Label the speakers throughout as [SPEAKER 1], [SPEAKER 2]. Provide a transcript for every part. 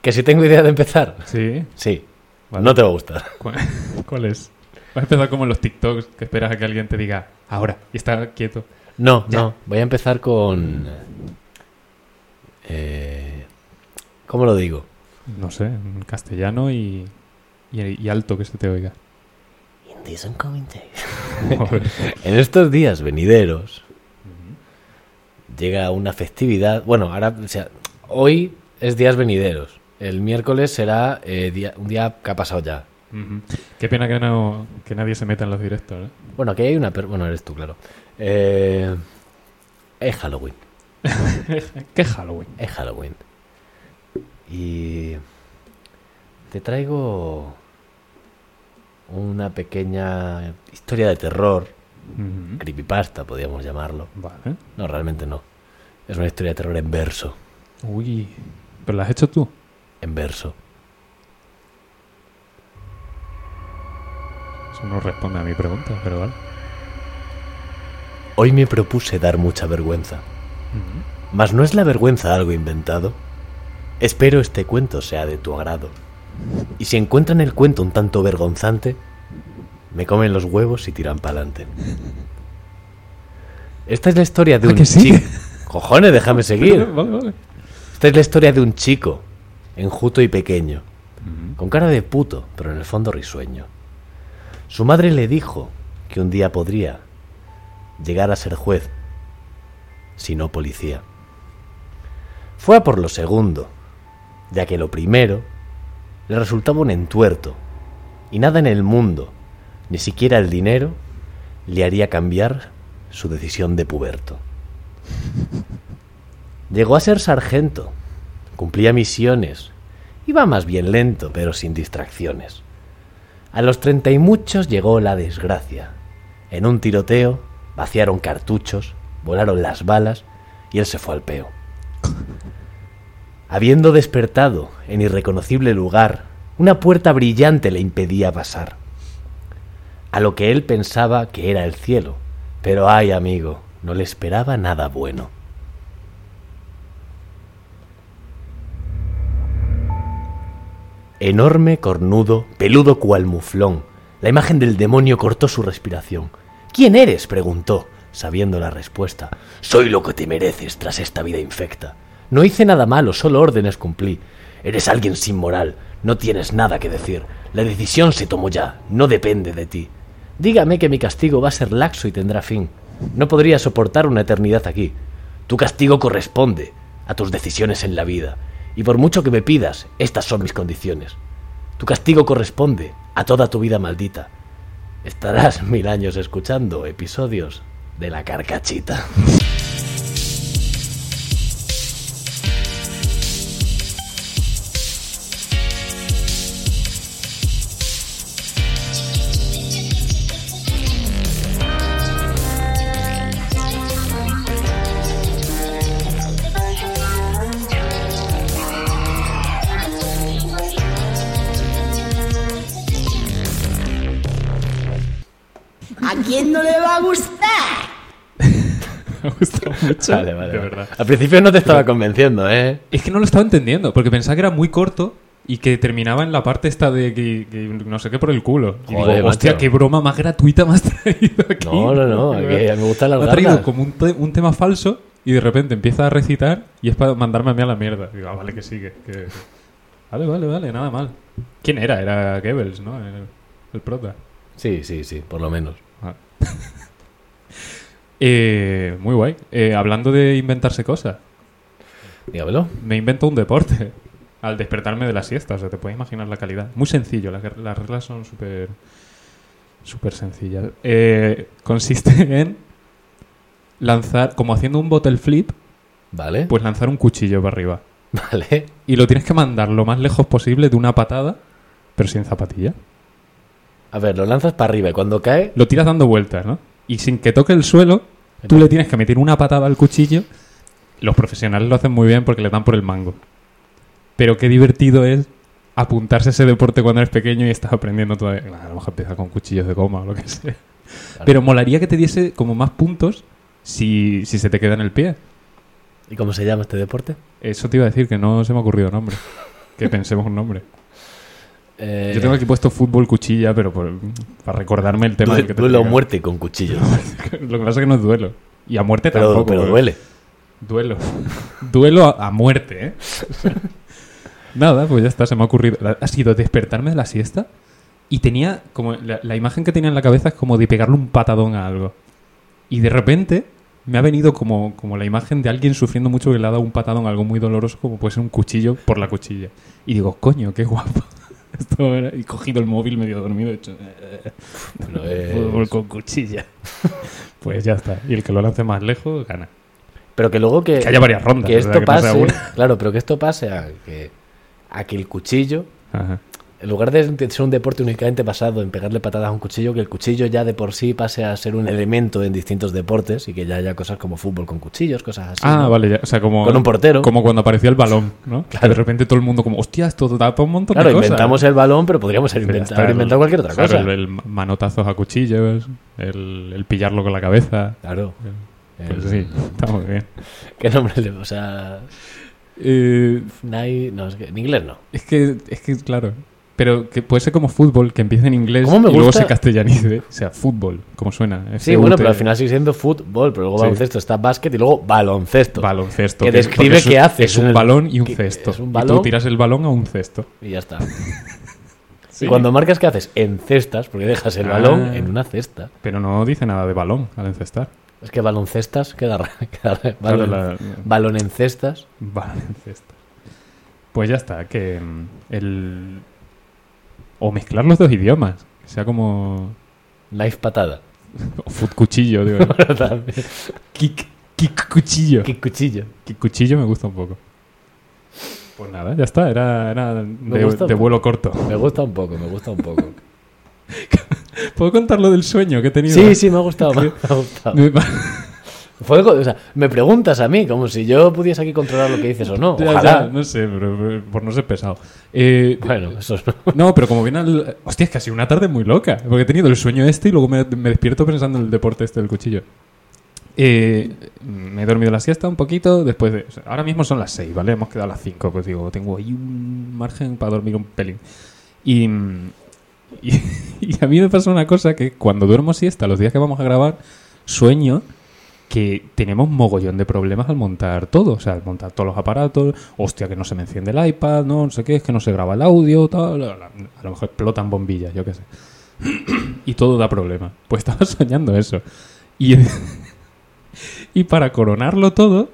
[SPEAKER 1] Que si tengo idea de empezar.
[SPEAKER 2] Sí.
[SPEAKER 1] Sí. No te va a gustar.
[SPEAKER 2] ¿Cuál, cuál es? Vas a empezar como en los TikToks que esperas a que alguien te diga ahora y está quieto.
[SPEAKER 1] No,
[SPEAKER 2] Ya.
[SPEAKER 1] no. Voy a empezar con. eh, ¿Cómo lo digo?
[SPEAKER 2] No sé, en castellano y, y, y alto que se te oiga. Joder.
[SPEAKER 1] En estos días venideros llega una festividad. Bueno, ahora, o sea, hoy es días venideros. El miércoles será eh, día- un día que ha pasado ya.
[SPEAKER 2] Ujú. Qué pena que, no, que nadie se meta en los directos. ¿eh?
[SPEAKER 1] Bueno, aquí hay una. per- Bueno, eres tú, claro. Eh, es Halloween.
[SPEAKER 2] ¿Qué Halloween?
[SPEAKER 1] Es Halloween. Y. Te traigo. Una pequeña historia de terror.
[SPEAKER 2] Ujú.
[SPEAKER 1] Creepypasta, podríamos llamarlo.
[SPEAKER 2] Vale.
[SPEAKER 1] No, realmente no. Es una historia de terror en verso.
[SPEAKER 2] Uy, pero la has hecho tú.
[SPEAKER 1] En verso.
[SPEAKER 2] Eso no responde a mi pregunta, pero vale.
[SPEAKER 1] Hoy me propuse dar mucha vergüenza.
[SPEAKER 2] Ujú.
[SPEAKER 1] Mas no es la vergüenza algo inventado. Espero este cuento sea de tu agrado. Y si encuentran el cuento un tanto vergonzante, me comen los huevos y tiran pa'lante. Esta es la historia de
[SPEAKER 2] ¿Ah,
[SPEAKER 1] un
[SPEAKER 2] que sí?
[SPEAKER 1] chico. Cojones, déjame seguir.
[SPEAKER 2] Vale, vale.
[SPEAKER 1] Esta es la historia de un chico, enjuto y pequeño, con cara de puto, pero en el fondo risueño. Su madre le dijo que un día podría llegar a ser juez, si no policía. Fue a por lo segundo, ya que lo primero le resultaba un entuerto, y nada en el mundo, ni siquiera el dinero, le haría cambiar su decisión de puberto. Llegó a ser sargento, cumplía misiones, iba más bien lento, pero sin distracciones. A los treinta y muchos llegó la desgracia. En un tiroteo vaciaron cartuchos, volaron las balas y él se fue al peo. Habiendo despertado en irreconocible lugar, una puerta brillante le impedía pasar. A lo que él pensaba que era el cielo, pero ay amigo, no le esperaba nada bueno. Enorme, cornudo, peludo cual muflón. La imagen del demonio cortó su respiración. ¿Quién eres? preguntó, sabiendo la respuesta. Soy lo que te mereces tras esta vida infecta. No hice nada malo, solo órdenes cumplí. Eres alguien sin moral, no tienes nada que decir. La decisión se tomó ya, no depende de ti. Dígame que mi castigo va a ser laxo y tendrá fin. No podría soportar una eternidad aquí. Tu castigo corresponde a tus decisiones en la vida. Y por mucho que me pidas, estas son mis condiciones. Tu castigo corresponde a toda tu vida maldita. Estarás mil años escuchando episodios de la carcachita.
[SPEAKER 3] ¿A quién no le va a gustar?
[SPEAKER 2] Me ha gustado mucho.
[SPEAKER 1] Vale, vale,
[SPEAKER 2] de
[SPEAKER 1] vale.
[SPEAKER 2] verdad.
[SPEAKER 1] Al principio no te estaba convenciendo, ¿eh?
[SPEAKER 2] Es que no lo estaba entendiendo, porque pensaba que era muy corto y que terminaba en la parte esta de que, que no sé qué por el culo. Y
[SPEAKER 1] Joder, macho.
[SPEAKER 2] digo, hostia, qué broma más gratuita me has traído aquí.
[SPEAKER 1] No, no, no,
[SPEAKER 2] De
[SPEAKER 1] que
[SPEAKER 2] verdad.
[SPEAKER 1] me gustan las
[SPEAKER 2] Me ha traído
[SPEAKER 1] garras.
[SPEAKER 2] como un, te- un tema falso y de repente empieza a recitar y es para mandarme a mí a la mierda. Digo, ah, vale, que sigue. Que... Vale, vale, vale, nada mal. ¿Quién era? Era Goebbels, ¿no? El, el prota.
[SPEAKER 1] Sí, sí, sí, por lo menos.
[SPEAKER 2] Ah. Eh, muy guay. Eh, hablando de inventarse cosas.
[SPEAKER 1] Dígamelo.
[SPEAKER 2] Me invento un deporte al despertarme de la siesta. O sea, te puedes imaginar la calidad. Muy sencillo, las, gar- las reglas son súper súper sencillas. Eh, consiste en lanzar, como haciendo un bottle flip,
[SPEAKER 1] ¿Vale?
[SPEAKER 2] pues lanzar un cuchillo para arriba.
[SPEAKER 1] Vale.
[SPEAKER 2] Y lo tienes que mandar lo más lejos posible de una patada, pero sin zapatilla.
[SPEAKER 1] A ver, lo lanzas para arriba y cuando cae,
[SPEAKER 2] Lo tiras dando vueltas, ¿no? Y sin que toque el suelo, tú le tienes que meter una patada al cuchillo. Los profesionales lo hacen muy bien porque le dan por el mango. Pero qué divertido es apuntarse a ese deporte cuando eres pequeño y estás aprendiendo todavía. Claro, a lo mejor empiezas con cuchillos de goma o lo que sea. Pero molaría que te diese como más puntos si, si se te queda en el pie.
[SPEAKER 1] ¿y cómo se llama este deporte?
[SPEAKER 2] Eso te iba a decir, que no se me ha ocurrido nombre. que pensemos un nombre.
[SPEAKER 1] Eh,
[SPEAKER 2] Yo tengo aquí puesto fútbol cuchilla, pero por- para recordarme el tema.
[SPEAKER 1] due-
[SPEAKER 2] del que te
[SPEAKER 1] duelo a
[SPEAKER 2] explicaba.
[SPEAKER 1] muerte con cuchillos.
[SPEAKER 2] Lo que pasa es que no es duelo. Y a muerte
[SPEAKER 1] pero,
[SPEAKER 2] tampoco.
[SPEAKER 1] pero
[SPEAKER 2] ¿eh?
[SPEAKER 1] duele.
[SPEAKER 2] Duelo. Duelo a, a muerte, ¿eh? Nada, pues ya está, se me ha ocurrido. La- Ha sido despertarme de la siesta y tenía como. La, la imagen que tenía en la cabeza es como de pegarle un patadón a algo. Y de repente me ha venido como, como la imagen de alguien sufriendo mucho que le ha dado un patadón, algo muy doloroso, como puede ser un cuchillo por la cuchilla. Y digo, coño, qué guapo. Esto era- Y cogido el móvil medio dormido, he hecho. "Eh, eh,
[SPEAKER 1] Bueno, eh,
[SPEAKER 2] Fútbol con cuchilla. pues ya está. Y el que lo lance más lejos gana.
[SPEAKER 1] Pero que luego que,
[SPEAKER 2] Que haya varias rondas.
[SPEAKER 1] Eh, que
[SPEAKER 2] o sea,
[SPEAKER 1] esto
[SPEAKER 2] que no sea
[SPEAKER 1] pase.
[SPEAKER 2] una.
[SPEAKER 1] claro, pero que esto pase a que, a que el cuchillo,
[SPEAKER 2] Ajá.
[SPEAKER 1] en lugar de ser un deporte únicamente basado en pegarle patadas a un cuchillo, que el cuchillo ya de por sí pase a ser un elemento en distintos deportes y que ya haya cosas como fútbol con cuchillos, cosas así.
[SPEAKER 2] Ah,
[SPEAKER 1] ¿no?
[SPEAKER 2] vale, ya. O sea, como,
[SPEAKER 1] Con un portero.
[SPEAKER 2] como cuando apareció el balón, ¿no?
[SPEAKER 1] Claro.
[SPEAKER 2] De repente todo el mundo como, hostia, esto tapa un montón
[SPEAKER 1] Claro,
[SPEAKER 2] de cosas.
[SPEAKER 1] inventamos el balón, pero podríamos haber
[SPEAKER 2] Pero
[SPEAKER 1] inventa-
[SPEAKER 2] está
[SPEAKER 1] haber
[SPEAKER 2] el-
[SPEAKER 1] inventado cualquier otra
[SPEAKER 2] claro,
[SPEAKER 1] cosa.
[SPEAKER 2] El, el manotazos a cuchillos, el, el pillarlo con la cabeza.
[SPEAKER 1] Claro. Eh,
[SPEAKER 2] Pues sí, está muy bien.
[SPEAKER 1] ¿Qué nombre le.? O sea.
[SPEAKER 2] Eh,
[SPEAKER 1] Nai- no, es que en inglés no.
[SPEAKER 2] es, que, es que, claro. Pero que puede ser como fútbol, que empiece en inglés
[SPEAKER 1] ¿Cómo me
[SPEAKER 2] y luego
[SPEAKER 1] gusta?
[SPEAKER 2] se castellanice. O sea, fútbol, como suena. ¿eh?
[SPEAKER 1] Sí, bueno, pero al final sigue siendo fútbol, pero luego
[SPEAKER 2] E. Sí.
[SPEAKER 1] baloncesto está básquet y luego baloncesto.
[SPEAKER 2] Baloncesto.
[SPEAKER 1] que describe
[SPEAKER 2] porque es
[SPEAKER 1] qué
[SPEAKER 2] un-
[SPEAKER 1] haces
[SPEAKER 2] Es un
[SPEAKER 1] en el-
[SPEAKER 2] balón y un
[SPEAKER 1] que-
[SPEAKER 2] cesto.
[SPEAKER 1] es un
[SPEAKER 2] Y
[SPEAKER 1] balón.
[SPEAKER 2] tú tiras el balón a un cesto.
[SPEAKER 1] Y ya está.
[SPEAKER 2] Sí.
[SPEAKER 1] Y cuando marcas, ¿qué haces? En cestas, porque dejas el balón
[SPEAKER 2] Ah.
[SPEAKER 1] en una cesta.
[SPEAKER 2] Pero no dice nada de balón al encestar.
[SPEAKER 1] Es que baloncestas queda raro. queda raro.
[SPEAKER 2] Claro,
[SPEAKER 1] Balon,
[SPEAKER 2] la-
[SPEAKER 1] balón en cestas.
[SPEAKER 2] Vale, encestar. Pues ya está, que mm, el... O mezclar los dos idiomas, que sea como...
[SPEAKER 1] Knife patada.
[SPEAKER 2] o fut cuchillo, digo.
[SPEAKER 1] También.
[SPEAKER 2] kick, kick cuchillo.
[SPEAKER 1] Qué cuchillo.
[SPEAKER 2] Kick cuchillo me gusta un poco. Pues nada, ya está, era, era de,
[SPEAKER 1] gusta.
[SPEAKER 2] de vuelo corto.
[SPEAKER 1] Me gusta un poco, me gusta un poco.
[SPEAKER 2] ¿Puedo contar lo del sueño que he tenido?
[SPEAKER 1] Sí, sí, me ha gustado. Me ha gustado.
[SPEAKER 2] Me-
[SPEAKER 1] Fue co- o sea, me preguntas a mí, como si yo pudiese aquí controlar lo que dices o no.
[SPEAKER 2] Ya, ya,
[SPEAKER 1] Ojalá.
[SPEAKER 2] no sé, pero, pero por no ser pesado. Eh,
[SPEAKER 1] Bueno, eso es.
[SPEAKER 2] No, pero como viene al... Hostia, es que ha sido una tarde muy loca. Porque he tenido el sueño este y luego me, me despierto pensando en el deporte este del cuchillo. Eh, me he dormido la siesta un poquito después de... o sea, ahora mismo son las 6, ¿vale? Hemos quedado a las 5. Pues digo, tengo ahí un margen para dormir un pelín. Y, mm, y, y a mí me pasa una cosa que cuando duermo siesta, los días que vamos a grabar, sueño que tenemos mogollón de problemas al montar todo, o sea, al montar todos los aparatos, hostia, que no se me enciende el iPad, no, no sé qué, es que no se graba el audio, tal, bla, bla. a lo mejor explotan bombillas, yo qué sé. y todo da problema. Pues estaba soñando eso. Y, y para coronarlo todo,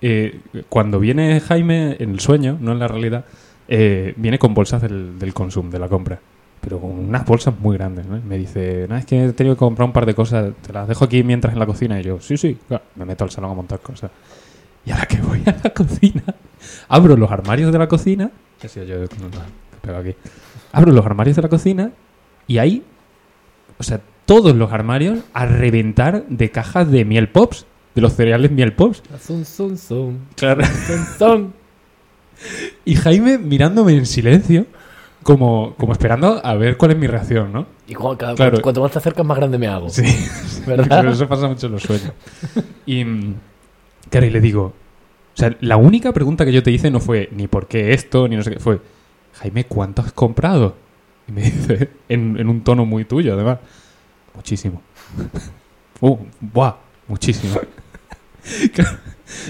[SPEAKER 2] eh, cuando viene Jaime en el sueño, no en la realidad, eh, viene con bolsas del, del consumo, de la compra. Pero con unas bolsas muy grandes, ¿no? Y Me dice, no, es que he tenido que comprar un par de cosas, te las dejo aquí mientras en la cocina. Y yo, sí, sí, claro. me meto al salón a montar cosas. Y ahora que voy a la cocina, abro los armarios de la cocina. ¿Qué hacía yo? No, no, que pego aquí. Abro los armarios de la cocina y ahí, o sea, todos los armarios a reventar de cajas de miel pops, de los cereales miel pops.
[SPEAKER 1] Zum, zum, zum.
[SPEAKER 2] Claro.
[SPEAKER 1] Zum, zum.
[SPEAKER 2] Y Jaime mirándome en silencio, como, como esperando a ver cuál es mi reacción, ¿no?
[SPEAKER 1] Y cu- ca-
[SPEAKER 2] Claro.
[SPEAKER 1] cuanto más te acercas, más grande me hago.
[SPEAKER 2] Sí,
[SPEAKER 1] ¿Verdad?
[SPEAKER 2] pero eso pasa mucho en los sueños. Y mm, claro, y le digo, o sea, la única pregunta que yo te hice no fue ni por qué esto, ni no sé qué, fue, Jaime, ¿cuánto has comprado? Y me dice, en, en un tono muy tuyo, además, muchísimo. Uh, buah, muchísimo. Claro,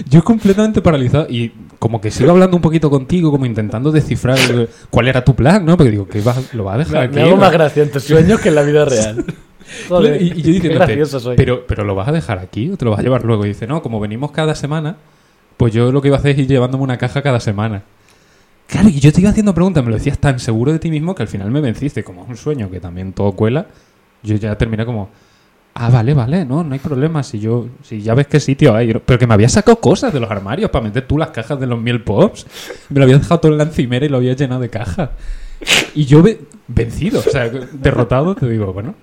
[SPEAKER 2] Yo completamente paralizado y como que sigo hablando un poquito contigo, como intentando descifrar eh, cuál era tu plan, ¿no? Porque digo, ¿qué vas, lo vas a dejar
[SPEAKER 1] Me,
[SPEAKER 2] aquí?
[SPEAKER 1] me hago
[SPEAKER 2] ¿no?
[SPEAKER 1] más gracia en tus sueños que en la vida real. Joder,
[SPEAKER 2] y, y yo
[SPEAKER 1] qué
[SPEAKER 2] diciéndote,
[SPEAKER 1] gracioso soy.
[SPEAKER 2] pero, pero lo vas a dejar aquí o te lo vas a llevar luego. Y dice, no, como venimos cada semana, pues yo lo que iba a hacer es ir llevándome una caja cada semana. Claro, y yo te iba haciendo preguntas, me lo decías tan seguro de ti mismo que al final me venciste. Como es un sueño que también todo cuela, yo ya terminé como, ah, vale, vale, no, no hay problema. Si yo, si ya ves qué sitio hay, pero que me habías sacado cosas de los armarios para meter tú las cajas de los miel pops. Me lo habías dejado todo en la encimera y lo habías llenado de cajas. Y yo ve- vencido, o sea, derrotado, te digo, bueno,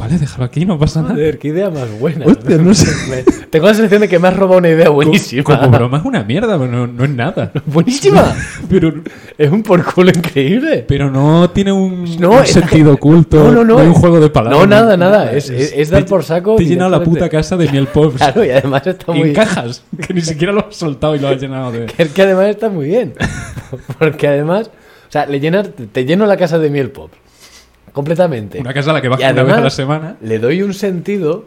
[SPEAKER 2] Vale, déjalo aquí, no pasa nada.
[SPEAKER 1] Joder, qué idea más buena.
[SPEAKER 2] Hostia, no sé.
[SPEAKER 1] Me- tengo la sensación de que me has robado una idea buenísima.
[SPEAKER 2] Como broma es una mierda, pero no, no es nada.
[SPEAKER 1] Buenísima.
[SPEAKER 2] Pero,
[SPEAKER 1] es un porculo increíble.
[SPEAKER 2] pero no tiene un,
[SPEAKER 1] No,
[SPEAKER 2] un
[SPEAKER 1] es-
[SPEAKER 2] sentido oculto.
[SPEAKER 1] No, no, no.
[SPEAKER 2] hay un juego de palabras.
[SPEAKER 1] No, nada, nada. Es- es- es dar
[SPEAKER 2] te-
[SPEAKER 1] por saco
[SPEAKER 2] Te he llenado la
[SPEAKER 1] directamente.
[SPEAKER 2] puta casa de miel pops.
[SPEAKER 1] Claro, y además está muy
[SPEAKER 2] en cajas. Que ni siquiera lo has soltado y lo has llenado de.
[SPEAKER 1] Es que además está muy bien. Porque además, o sea, le llenas, te lleno la casa de miel pop. Completamente.
[SPEAKER 2] Una casa a la que vas
[SPEAKER 1] Y
[SPEAKER 2] una vez a la
[SPEAKER 1] además,
[SPEAKER 2] semana.
[SPEAKER 1] Le doy un sentido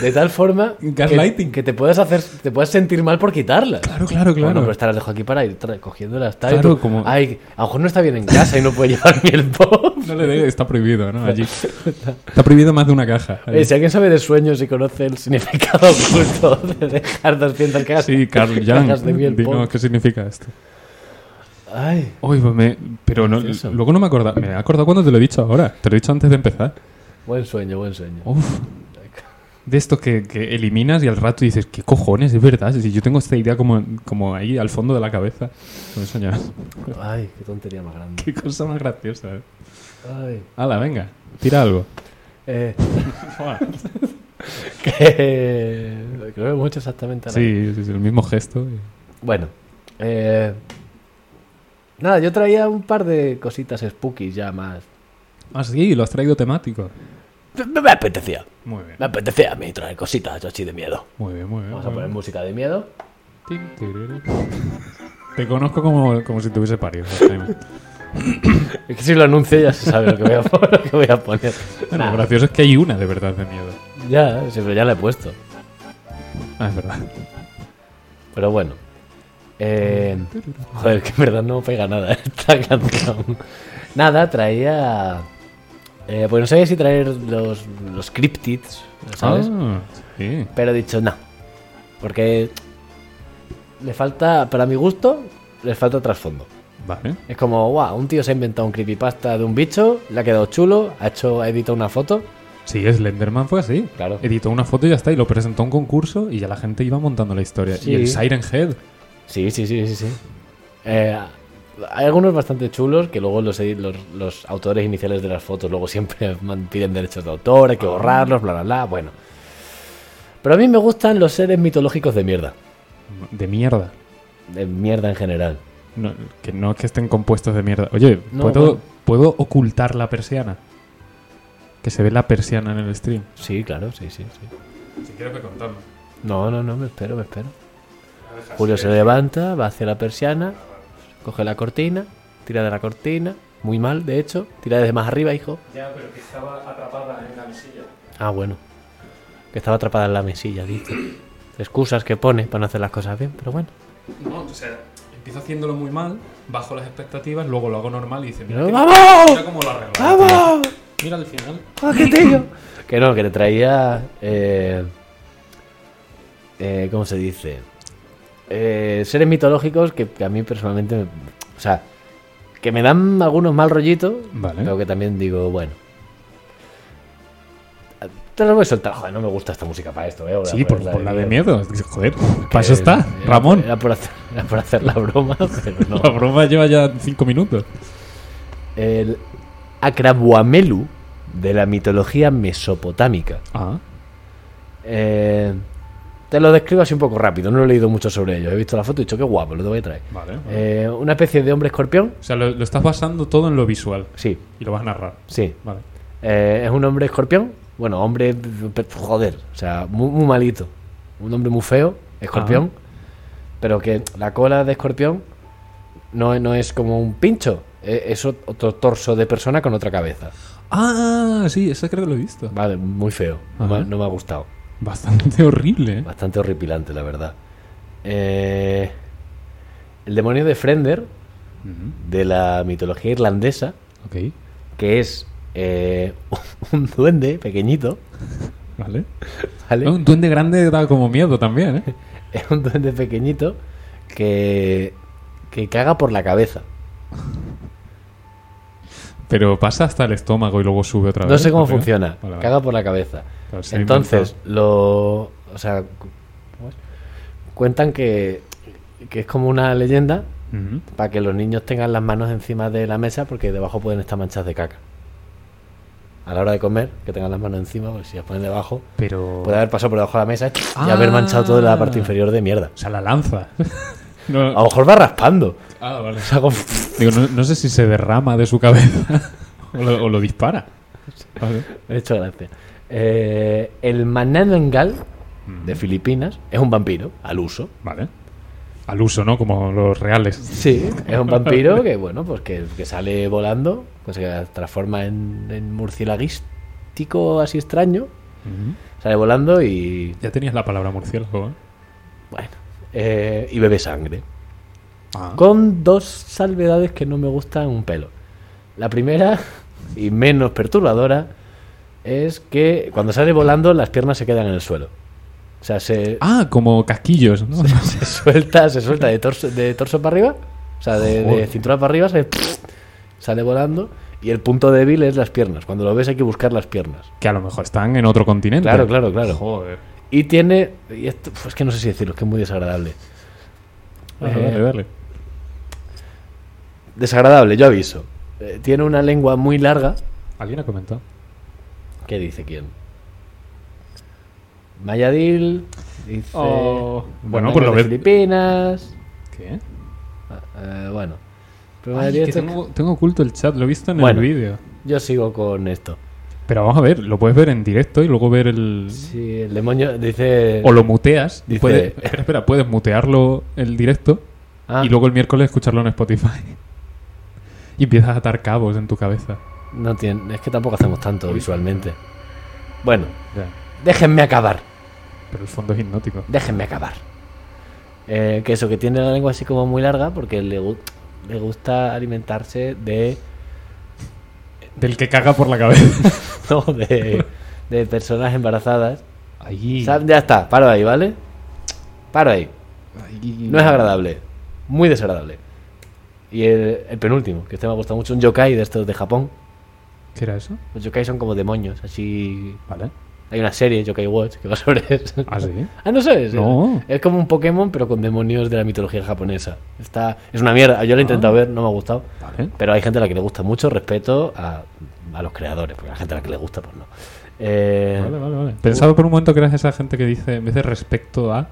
[SPEAKER 1] de tal forma que,
[SPEAKER 2] Gaslighting.
[SPEAKER 1] que te puedas hacer, te puedas sentir mal por quitarla.
[SPEAKER 2] Claro, claro, claro.
[SPEAKER 1] Bueno, pero estas las dejo aquí para ir tra- cogiéndolas. Tal, y
[SPEAKER 2] Claro,
[SPEAKER 1] tú,
[SPEAKER 2] como-
[SPEAKER 1] Ay, a lo mejor no está bien en casa y no puede llevar miel pop.
[SPEAKER 2] No le dé, está prohibido, ¿no? Allí. Está prohibido más de una caja. allí.
[SPEAKER 1] Eh, si alguien sabe de sueños y conoce el significado oculto de dejar 200 cajas,
[SPEAKER 2] Sí, Carl
[SPEAKER 1] cajas de
[SPEAKER 2] Jung.
[SPEAKER 1] miel
[SPEAKER 2] Dinos
[SPEAKER 1] pop.
[SPEAKER 2] qué significa esto.
[SPEAKER 1] Ay,
[SPEAKER 2] Uy, pues me- pero no,
[SPEAKER 1] Gracioso.
[SPEAKER 2] luego no me acuerdo. Me he acordado cuando te lo he dicho ahora. Te lo he dicho antes de empezar.
[SPEAKER 1] buen sueño, buen sueño.
[SPEAKER 2] Uf. De estos que, que eliminas y al rato dices, ¿qué cojones? Es verdad. Si yo tengo esta idea como, como ahí al fondo de la cabeza. No he soñado.
[SPEAKER 1] Ay, qué tontería más grande.
[SPEAKER 2] Qué cosa más graciosa. ¿eh?
[SPEAKER 1] Ay.
[SPEAKER 2] Hala, venga. Tira algo.
[SPEAKER 1] Eh, que creo que hemos hecho exactamente la-
[SPEAKER 2] Sí, sí, sí, el mismo gesto. y-
[SPEAKER 1] Bueno, eh, nada, yo traía un par de cositas spooky ya más.
[SPEAKER 2] Ah, sí, lo has traído temático.
[SPEAKER 1] Me, me apetecía,
[SPEAKER 2] Muy bien.
[SPEAKER 1] me apetecía a mí traer cositas así de miedo.
[SPEAKER 2] Muy bien, muy bien.
[SPEAKER 1] Vamos a
[SPEAKER 2] muy
[SPEAKER 1] poner
[SPEAKER 2] bien.
[SPEAKER 1] música de miedo.
[SPEAKER 2] Tin, tiriri. Te conozco como, como si tuviese parido. Jaime.
[SPEAKER 1] Es que si lo anuncio ya se sabe lo que voy a, lo que voy a poner.
[SPEAKER 2] Bueno,
[SPEAKER 1] Nah,
[SPEAKER 2] lo gracioso es que hay una de verdad de miedo.
[SPEAKER 1] ya, sí, pero ya la he puesto.
[SPEAKER 2] Ah, es verdad.
[SPEAKER 1] Pero bueno. Eh, joder, que en verdad no pega nada esta canción. Nada, traía... eh, pues no sabía si traer los, los cryptids, ¿sabes?
[SPEAKER 2] Ah, sí.
[SPEAKER 1] Pero he dicho, no. Porque le falta, para mi gusto, le falta trasfondo.
[SPEAKER 2] Vale.
[SPEAKER 1] Es como, guau, un tío se ha inventado un creepypasta de un bicho, le ha quedado chulo, ha hecho, ha editado una foto.
[SPEAKER 2] Sí, Slenderman fue así.
[SPEAKER 1] Claro.
[SPEAKER 2] Editó una foto y ya está. Y lo presentó a un concurso y ya la gente iba montando la historia.
[SPEAKER 1] Sí.
[SPEAKER 2] Y el Siren Head.
[SPEAKER 1] Sí, sí, sí, sí, sí. Eh, hay algunos bastante chulos que luego los, edi- los, los autores iniciales de las fotos luego siempre man- piden derechos de autor, hay que borrarlos, bla, bla, bla. Bueno. Pero a mí me gustan los seres mitológicos de mierda.
[SPEAKER 2] De mierda.
[SPEAKER 1] De mierda en general.
[SPEAKER 2] No, que no es que estén compuestos de mierda. Oye,
[SPEAKER 1] No,
[SPEAKER 2] ¿puedo,
[SPEAKER 1] bueno.
[SPEAKER 2] ¿puedo ocultar la persiana? Que se ve la persiana en el stream.
[SPEAKER 1] Sí, claro, sí, sí, sí.
[SPEAKER 2] Si quieres me contamos.
[SPEAKER 1] No, no, no, me espero, me espero.
[SPEAKER 2] Ah,
[SPEAKER 1] Julio se levanta, va hacia la persiana, coge la cortina, tira de la cortina, muy mal, de hecho, tira desde más arriba, hijo.
[SPEAKER 2] Ya, pero que estaba atrapada en la mesilla.
[SPEAKER 1] Ah, bueno, que estaba atrapada en la mesilla, dice. Excusas que pone para no hacer las cosas bien, pero bueno.
[SPEAKER 2] No, o sea, empiezo haciéndolo muy mal, bajo las expectativas, luego lo hago normal y dice,
[SPEAKER 1] Pero ¡Vamos!
[SPEAKER 2] cómo lo arreglo.
[SPEAKER 1] ¡Vamos!
[SPEAKER 2] Mira al final.
[SPEAKER 1] ¡Ah, qué tío! que no, que le traía. Eh, eh, ¿Cómo se dice? Eh, seres mitológicos que, que a mí personalmente. me- o sea, que me dan algunos mal rollitos.
[SPEAKER 2] Vale.
[SPEAKER 1] Pero que también digo, bueno. Te los voy a soltar. Joder, no me gusta esta música para esto, ¿eh? Ahora,
[SPEAKER 2] Sí, por,
[SPEAKER 1] esta
[SPEAKER 2] por la de miedo. Joder, para
[SPEAKER 1] Eh,
[SPEAKER 2] eso está,
[SPEAKER 1] era-
[SPEAKER 2] Ramón.
[SPEAKER 1] Era por, hacer, era por hacer la broma, pero no.
[SPEAKER 2] La broma lleva ya cinco minutos.
[SPEAKER 1] El Akrabuamelu de la mitología mesopotámica.
[SPEAKER 2] Ah,
[SPEAKER 1] Eh, te lo describo así un poco rápido, no he leído mucho sobre ello. He visto la foto y he dicho que guapo, lo te voy a traer.
[SPEAKER 2] vale. vale.
[SPEAKER 1] Eh, una especie de hombre escorpión.
[SPEAKER 2] o sea, lo, lo estás basando todo en lo visual
[SPEAKER 1] Sí,
[SPEAKER 2] y lo vas a narrar.
[SPEAKER 1] sí.
[SPEAKER 2] Vale.
[SPEAKER 1] Eh, es un hombre escorpión. Bueno, hombre, pe- pe- joder, o sea, muy, muy malito. Un hombre muy feo, escorpión. Pero que la cola de escorpión no, no es como un pincho, eh, es ot- otro torso de persona con otra cabeza.
[SPEAKER 2] Ah, sí, eso creo que lo he visto.
[SPEAKER 1] Vale, muy feo. No me-
[SPEAKER 2] Ajá.
[SPEAKER 1] no me ha gustado.
[SPEAKER 2] Bastante horrible, ¿eh?
[SPEAKER 1] Bastante horripilante, la verdad. Eh, el demonio de Frender,
[SPEAKER 2] Ujú,
[SPEAKER 1] de la mitología irlandesa,
[SPEAKER 2] Ok,
[SPEAKER 1] que es eh, un duende pequeñito,
[SPEAKER 2] vale.
[SPEAKER 1] ¿vale?
[SPEAKER 2] Un duende grande da como miedo también, ¿eh?
[SPEAKER 1] Es un duende pequeñito que, que caga por la cabeza.
[SPEAKER 2] Pero pasa hasta el estómago y luego sube otra vez.
[SPEAKER 1] No sé cómo
[SPEAKER 2] ¿no?
[SPEAKER 1] funciona.
[SPEAKER 2] Vale, vale.
[SPEAKER 1] Caga por la cabeza.
[SPEAKER 2] Claro, se ha
[SPEAKER 1] Entonces,
[SPEAKER 2] inventado.
[SPEAKER 1] lo. O sea, cu- ¿cómo es? cuentan que, que es como una leyenda
[SPEAKER 2] Ujú.
[SPEAKER 1] para que los niños tengan las manos encima de la mesa porque debajo pueden estar manchas de caca. a la hora de comer, que tengan las manos encima, pues si las ponen debajo,
[SPEAKER 2] Pero.
[SPEAKER 1] puede haber pasado por debajo de la mesa y
[SPEAKER 2] Ah.
[SPEAKER 1] haber manchado toda la parte inferior de mierda.
[SPEAKER 2] O sea, la lanza. No-
[SPEAKER 1] A lo mejor va raspando.
[SPEAKER 2] Ah, vale.
[SPEAKER 1] O sea, como-
[SPEAKER 2] Digo, no, no sé si se derrama de su cabeza o lo, o lo dispara. Vale.
[SPEAKER 1] Me ha hecho gracia. Eh, el mananangal de Filipinas es un vampiro, al uso.
[SPEAKER 2] Vale. Al uso, ¿no? Como los reales.
[SPEAKER 1] Sí, es un vampiro que, bueno, pues que, que sale volando, pues se transforma en, en murcielaguístico así extraño. Sale volando y,
[SPEAKER 2] Ya tenías la palabra murciélago, ¿eh?
[SPEAKER 1] bueno, eh, y bebe sangre.
[SPEAKER 2] Ah.
[SPEAKER 1] Con dos salvedades que no me gustan un pelo. La primera, y menos perturbadora, es que cuando sale volando las piernas se quedan en el suelo. O sea, se,
[SPEAKER 2] Ah, como casquillos, ¿no?
[SPEAKER 1] se suelta, se suelta de torso, de torso para arriba, o sea, de, de
[SPEAKER 2] Joder.
[SPEAKER 1] cintura para arriba, sale, sale volando. Y el punto débil es las piernas. Cuando lo ves hay que buscar las piernas.
[SPEAKER 2] que a lo mejor están en otro continente.
[SPEAKER 1] Claro, claro, claro.
[SPEAKER 2] Joder.
[SPEAKER 1] Y tiene. y esto, pues, es que no sé si decirlo, es que es muy desagradable.
[SPEAKER 2] Dale,
[SPEAKER 1] Eh,
[SPEAKER 2] dale, dale.
[SPEAKER 1] Desagradable, yo aviso. Eh, tiene una lengua muy larga.
[SPEAKER 2] ¿Alguien ha comentado?
[SPEAKER 1] ¿Qué dice quién? Mayadil. Dice.
[SPEAKER 2] Oh. Bueno,
[SPEAKER 1] Mandangas
[SPEAKER 2] pues lo
[SPEAKER 1] de
[SPEAKER 2] ves.
[SPEAKER 1] Filipinas.
[SPEAKER 2] ¿Qué?
[SPEAKER 1] eh, bueno. Pero
[SPEAKER 2] Ay,
[SPEAKER 1] Mayadil
[SPEAKER 2] que
[SPEAKER 1] está-
[SPEAKER 2] tengo, tengo oculto el chat, lo he visto en
[SPEAKER 1] Bueno.
[SPEAKER 2] el vídeo.
[SPEAKER 1] Yo sigo con esto.
[SPEAKER 2] Pero vamos a ver, lo puedes ver en directo y luego ver el...
[SPEAKER 1] Si el demonio dice.
[SPEAKER 2] O lo muteas.
[SPEAKER 1] Dice-
[SPEAKER 2] puedes- espera, espera, puedes mutearlo el directo
[SPEAKER 1] Ah,
[SPEAKER 2] y luego el miércoles escucharlo en Spotify. y empiezas a atar cabos en tu cabeza.
[SPEAKER 1] No tiene, es que tampoco hacemos tanto visualmente. Bueno,
[SPEAKER 2] Ya.
[SPEAKER 1] déjenme acabar.
[SPEAKER 2] Pero el fondo es hipnótico.
[SPEAKER 1] Déjenme acabar. Eh, que eso, que tiene la lengua así como muy larga porque le, gu- le gusta alimentarse de.
[SPEAKER 2] Del que caga por la cabeza.
[SPEAKER 1] No, de, de personas embarazadas.
[SPEAKER 2] Ahí.
[SPEAKER 1] Sam, ya está, paro ahí, ¿vale? Paro ahí. No es agradable. Muy desagradable. Y el, el penúltimo, que este me ha gustado mucho, un yokai de estos de Japón.
[SPEAKER 2] ¿Qué era eso?
[SPEAKER 1] Los yokai son como demonios, así.
[SPEAKER 2] Vale.
[SPEAKER 1] Hay una serie, Yokai Watch, que va sobre eso.
[SPEAKER 2] Ah, sí.
[SPEAKER 1] Ah, no sabes.
[SPEAKER 2] No.
[SPEAKER 1] Es como un Pokémon, pero con demonios de la mitología japonesa. Está, es una mierda. Yo lo he
[SPEAKER 2] Ah.
[SPEAKER 1] intentado ver, no me ha gustado.
[SPEAKER 2] Vale.
[SPEAKER 1] Pero hay gente a la que le gusta mucho, respeto a, a los creadores, porque a la gente a la que le gusta, pues no. Eh,
[SPEAKER 2] Vale, vale, vale. Pensaba por un momento que eras esa gente que dice, en vez de respecto a.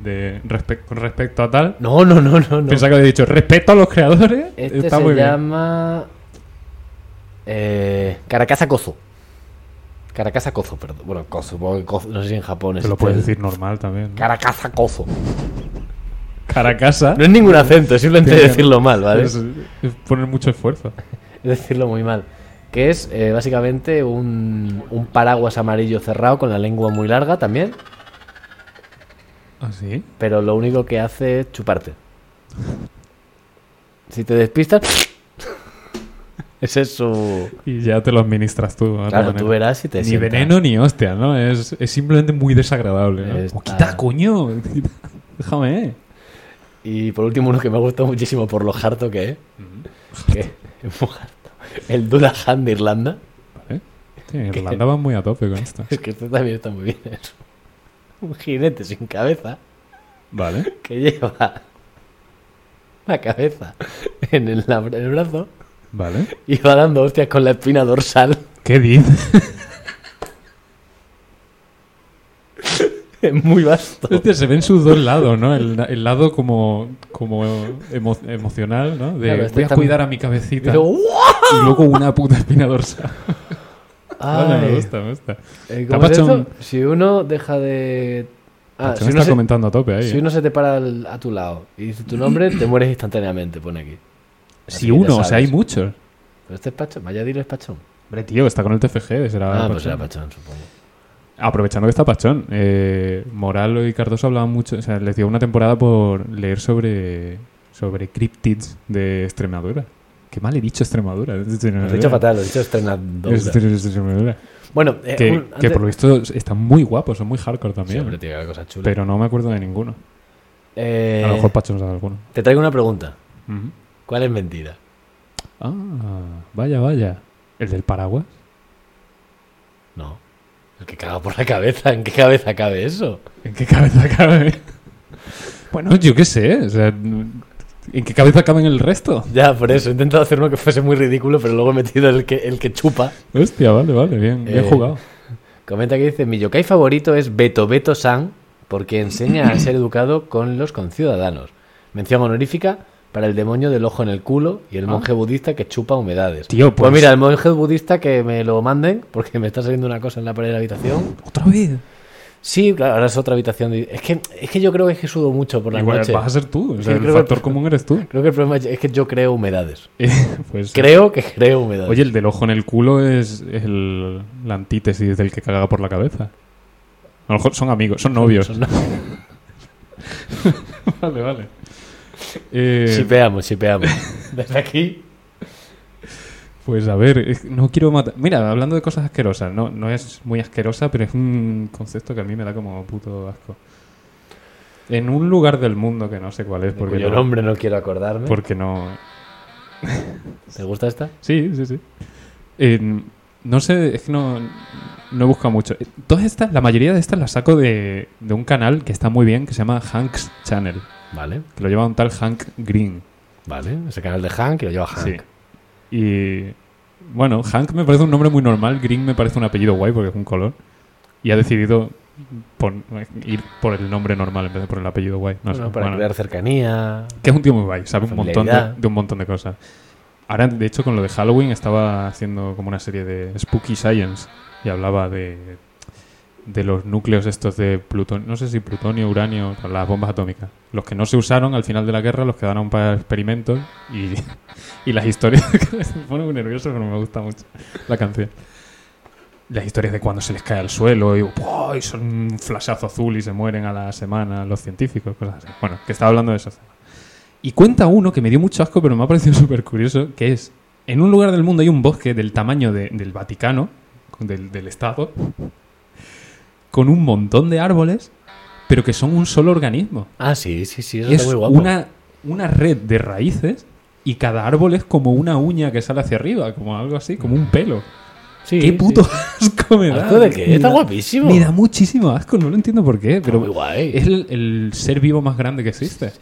[SPEAKER 2] De respe- con respecto a tal.
[SPEAKER 1] No, no, no, no. no.
[SPEAKER 2] Pensaba que había dicho respeto a los creadores.
[SPEAKER 1] Este
[SPEAKER 2] Está
[SPEAKER 1] se
[SPEAKER 2] muy bien.
[SPEAKER 1] llama. Eh, Caracasa Kozo. Caracasa Kozo, perdón. Bueno, Kozo, supongo que Kozo- no sé si en Japón es.
[SPEAKER 2] Te lo
[SPEAKER 1] este-
[SPEAKER 2] puedes decir normal también. ¿no?
[SPEAKER 1] Caracasa Kozo.
[SPEAKER 2] Caracasa.
[SPEAKER 1] No es ningún acento, es simplemente
[SPEAKER 2] Tiene-
[SPEAKER 1] decirlo mal, ¿vale?
[SPEAKER 2] Es, es poner mucho esfuerzo.
[SPEAKER 1] es decirlo muy mal, que es eh, básicamente un, un paraguas amarillo cerrado con la lengua muy larga también,
[SPEAKER 2] ¿Ah, sí?
[SPEAKER 1] pero lo único que hace es chuparte. Si te despistas, ese es su...
[SPEAKER 2] Y ya te lo administras tú. ¿no?
[SPEAKER 1] Claro,
[SPEAKER 2] De
[SPEAKER 1] tú
[SPEAKER 2] manera.
[SPEAKER 1] verás si te
[SPEAKER 2] Ni
[SPEAKER 1] sienta.
[SPEAKER 2] veneno ni hostia, ¿no? Es, es simplemente muy desagradable. ¿no?
[SPEAKER 1] Está-
[SPEAKER 2] Oh, quita, coño. quita. Déjame, eh.
[SPEAKER 1] Y por último uno que me ha gustado muchísimo por lo harto que es, que es muy harto, el Dudahan de Irlanda.
[SPEAKER 2] Vale. Sí, en Irlanda va muy a tope con esto.
[SPEAKER 1] Es que este también está muy bien. Es un jinete sin cabeza.
[SPEAKER 2] Vale.
[SPEAKER 1] que lleva la cabeza en el, la- en el brazo
[SPEAKER 2] Vale.
[SPEAKER 1] y va dando hostias con la espina dorsal.
[SPEAKER 2] ¿Qué dices?
[SPEAKER 1] Es muy vasto.
[SPEAKER 2] Hostia, se ven sus dos lados, ¿no? El, el lado como, como emo- emocional, ¿no? De
[SPEAKER 1] Claro, este
[SPEAKER 2] voy a
[SPEAKER 1] está-
[SPEAKER 2] cuidar a mi
[SPEAKER 1] Y
[SPEAKER 2] cabecita.
[SPEAKER 1] digo,
[SPEAKER 2] Y
[SPEAKER 1] "Uah".
[SPEAKER 2] luego una puta espina dorsal. Vale, me
[SPEAKER 1] Ay.
[SPEAKER 2] gusta, me gusta.
[SPEAKER 1] Ah, Eh,
[SPEAKER 2] Te ha
[SPEAKER 1] ¿cómo es
[SPEAKER 2] pasado
[SPEAKER 1] esto?
[SPEAKER 2] un-
[SPEAKER 1] Si uno deja de... Ah,
[SPEAKER 2] Pacho
[SPEAKER 1] si
[SPEAKER 2] me
[SPEAKER 1] uno,
[SPEAKER 2] está
[SPEAKER 1] se,
[SPEAKER 2] comentando a tope ahí.
[SPEAKER 1] si
[SPEAKER 2] ¿eh?
[SPEAKER 1] uno se te para al- a tu lado y dice tu nombre, te mueres instantáneamente, pone aquí. Así
[SPEAKER 2] Si
[SPEAKER 1] que ya
[SPEAKER 2] uno, o sea,
[SPEAKER 1] sabes.
[SPEAKER 2] hay muchos.
[SPEAKER 1] Pero este es Pachón, vaya es Pachón.
[SPEAKER 2] Hombre, tío, está con el TFG. Será
[SPEAKER 1] Ah, pues
[SPEAKER 2] Pachón. Ah,
[SPEAKER 1] era Pachón, supongo.
[SPEAKER 2] Aprovechando que está Pachón, eh, Moralo y Cardoso hablaban mucho, o sea, les dio una temporada por leer sobre, sobre cryptids de Extremadura. Qué mal he dicho Extremadura.
[SPEAKER 1] Lo he dicho fatal, lo he dicho estrenando.
[SPEAKER 2] Extremadura.
[SPEAKER 1] Bueno, eh,
[SPEAKER 2] que,
[SPEAKER 1] un-
[SPEAKER 2] que
[SPEAKER 1] antes-
[SPEAKER 2] por lo visto están muy guapos, son muy hardcore
[SPEAKER 1] Sí,
[SPEAKER 2] también.
[SPEAKER 1] hombre, tiene que haber cosas chulas.
[SPEAKER 2] pero no me acuerdo de ninguno.
[SPEAKER 1] Eh,
[SPEAKER 2] A lo mejor Pachón sabe alguno.
[SPEAKER 1] te traigo una pregunta.
[SPEAKER 2] Ujú.
[SPEAKER 1] ¿Cuál es mentira?
[SPEAKER 2] Ah, vaya, vaya. ¿El del paraguas?
[SPEAKER 1] No. El que caga por la cabeza. ¿En qué cabeza cabe eso?
[SPEAKER 2] ¿En qué cabeza cabe? bueno, yo qué sé. O sea, ¿En qué cabeza caben el resto?
[SPEAKER 1] Ya, por eso. He intentado hacer uno que fuese muy ridículo, pero luego he metido el que, el que chupa.
[SPEAKER 2] Hostia, vale, vale, bien, bien
[SPEAKER 1] Eh,
[SPEAKER 2] jugado.
[SPEAKER 1] Comenta que dice, mi yokai favorito es Beto Beto San, porque enseña a ser educado con los conciudadanos. Mención honorífica para el demonio del ojo en el culo y el monje budista que chupa humedades.
[SPEAKER 2] Ah. Tío, pues-
[SPEAKER 1] mira, el monje budista que me lo manden, porque me está saliendo una cosa en la pared de la habitación.
[SPEAKER 2] ¿Otra vez?
[SPEAKER 1] Sí, claro, ahora es otra habitación. de- Es que, es que yo creo que es que sudo mucho por la
[SPEAKER 2] Igual
[SPEAKER 1] noche.
[SPEAKER 2] vas a ser tú. O sea,
[SPEAKER 1] Sí,
[SPEAKER 2] el
[SPEAKER 1] creo que-
[SPEAKER 2] factor común eres tú.
[SPEAKER 1] Creo que el problema es que yo creo humedades.
[SPEAKER 2] Eh, pues,
[SPEAKER 1] Creo que creo humedades.
[SPEAKER 2] Oye, el del ojo en el culo es, es el, la antítesis del que caga por la cabeza. A lo mejor son amigos, son novios.
[SPEAKER 1] Son-
[SPEAKER 2] vale, vale. Eh,
[SPEAKER 1] Shipeamos, shipeamos. Desde aquí.
[SPEAKER 2] Pues a ver, es- no quiero matar. Mira, hablando de cosas asquerosas, no, no es muy asquerosa, pero es un concepto que a mí me da como puto asco. En un lugar del mundo que no sé cuál es, porque
[SPEAKER 1] Porque yo
[SPEAKER 2] no-
[SPEAKER 1] nombre no quiero acordarme.
[SPEAKER 2] Porque no.
[SPEAKER 1] ¿Te gusta esta?
[SPEAKER 2] Sí, sí, sí. En- no sé, es que no, no he buscado mucho. Eh, Todas estas, la mayoría de estas las saco de, de un canal que está muy bien, que se llama Hank's Channel,
[SPEAKER 1] Vale,
[SPEAKER 2] que lo lleva un tal Hank Green.
[SPEAKER 1] vale. Ese canal de Hank y lo lleva Hank.
[SPEAKER 2] Sí. Y bueno, Hank me parece un nombre muy normal, Green me parece un apellido guay porque es un color. Y ha decidido pon- ir por el nombre normal en vez de por el apellido guay. No
[SPEAKER 1] Bueno,
[SPEAKER 2] sé,
[SPEAKER 1] para
[SPEAKER 2] bueno.
[SPEAKER 1] crear cercanía.
[SPEAKER 2] Que es un tío muy guay, sabe un montón de,
[SPEAKER 1] Familiaridad.
[SPEAKER 2] de un montón de cosas. Ahora, de hecho, con lo de Halloween estaba haciendo como una serie de Spooky Science y hablaba de, de los núcleos estos de plutonio, no sé si plutonio, uranio, con las bombas atómicas. Los que no se usaron al final de la guerra, los quedaron para experimentos y, y las historias... me pone muy nervioso, pero me gusta mucho la canción. Las historias de cuando se les cae al suelo y, ¡buah! y son un flashazo azul y se mueren a la semana los científicos, cosas así. Bueno, que estaba hablando de esos temas. Y cuenta uno que me dio mucho asco, pero me ha parecido súper curioso, que es, en un lugar del mundo hay un bosque del tamaño de- del Vaticano, con- del, del Estado, con un montón de árboles, pero que son un solo organismo.
[SPEAKER 1] Ah, sí, sí, sí. Eso
[SPEAKER 2] es
[SPEAKER 1] está muy guapo.
[SPEAKER 2] una, una red de raíces y cada árbol es como una uña que sale hacia arriba, como algo así, como un pelo.
[SPEAKER 1] Sí,
[SPEAKER 2] ¡Qué
[SPEAKER 1] sí.
[SPEAKER 2] puto asco me da!
[SPEAKER 1] ¿Asco de qué?
[SPEAKER 2] Me
[SPEAKER 1] Está
[SPEAKER 2] da-
[SPEAKER 1] guapísimo.
[SPEAKER 2] Me da muchísimo asco, no lo entiendo por qué,
[SPEAKER 1] Está
[SPEAKER 2] pero
[SPEAKER 1] muy guay.
[SPEAKER 2] es el, el ser vivo más grande que existe.
[SPEAKER 1] Eso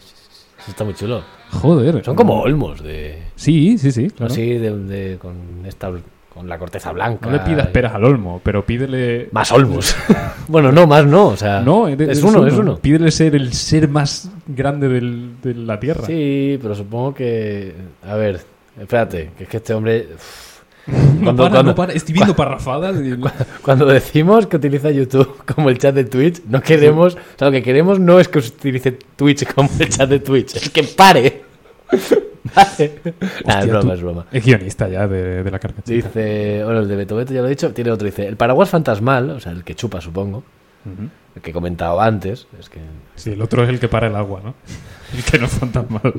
[SPEAKER 1] Está muy chulo.
[SPEAKER 2] Joder.
[SPEAKER 1] Son como olmos de.
[SPEAKER 2] Sí, sí, sí. claro.
[SPEAKER 1] Así, de, de- con, esta, con la corteza blanca.
[SPEAKER 2] No le pidas peras al olmo, pero pídele.
[SPEAKER 1] Más olmos. bueno, no, más no. O sea,
[SPEAKER 2] No,
[SPEAKER 1] es,
[SPEAKER 2] eres- eres
[SPEAKER 1] uno, es uno.
[SPEAKER 2] Pídele ser el ser más grande del- de la tierra.
[SPEAKER 1] Sí, pero supongo que. A ver, espérate. Que es que este hombre. uf.
[SPEAKER 2] No
[SPEAKER 1] Cuando-
[SPEAKER 2] para,
[SPEAKER 1] cuando-
[SPEAKER 2] no para. Estoy viendo parrafadas. y-
[SPEAKER 1] Cuando decimos que utiliza YouTube como el chat de Twitch, no queremos. O sea, lo que queremos no es que utilice Twitch como el chat de Twitch, es que pare. Vale. Nah,
[SPEAKER 2] Hostia,
[SPEAKER 1] es broma,
[SPEAKER 2] tú-
[SPEAKER 1] es broma.
[SPEAKER 2] Es guionista ya de, de la carcachita.
[SPEAKER 1] Dice, bueno, el de Beto Beto ya lo he dicho, tiene otro, dice, el paraguas fantasmal, o sea, el que chupa, supongo,
[SPEAKER 2] Ujú.
[SPEAKER 1] el que he comentado antes, es que...
[SPEAKER 2] Sí, el otro es el que para el agua, ¿no? El que no es fantasmal.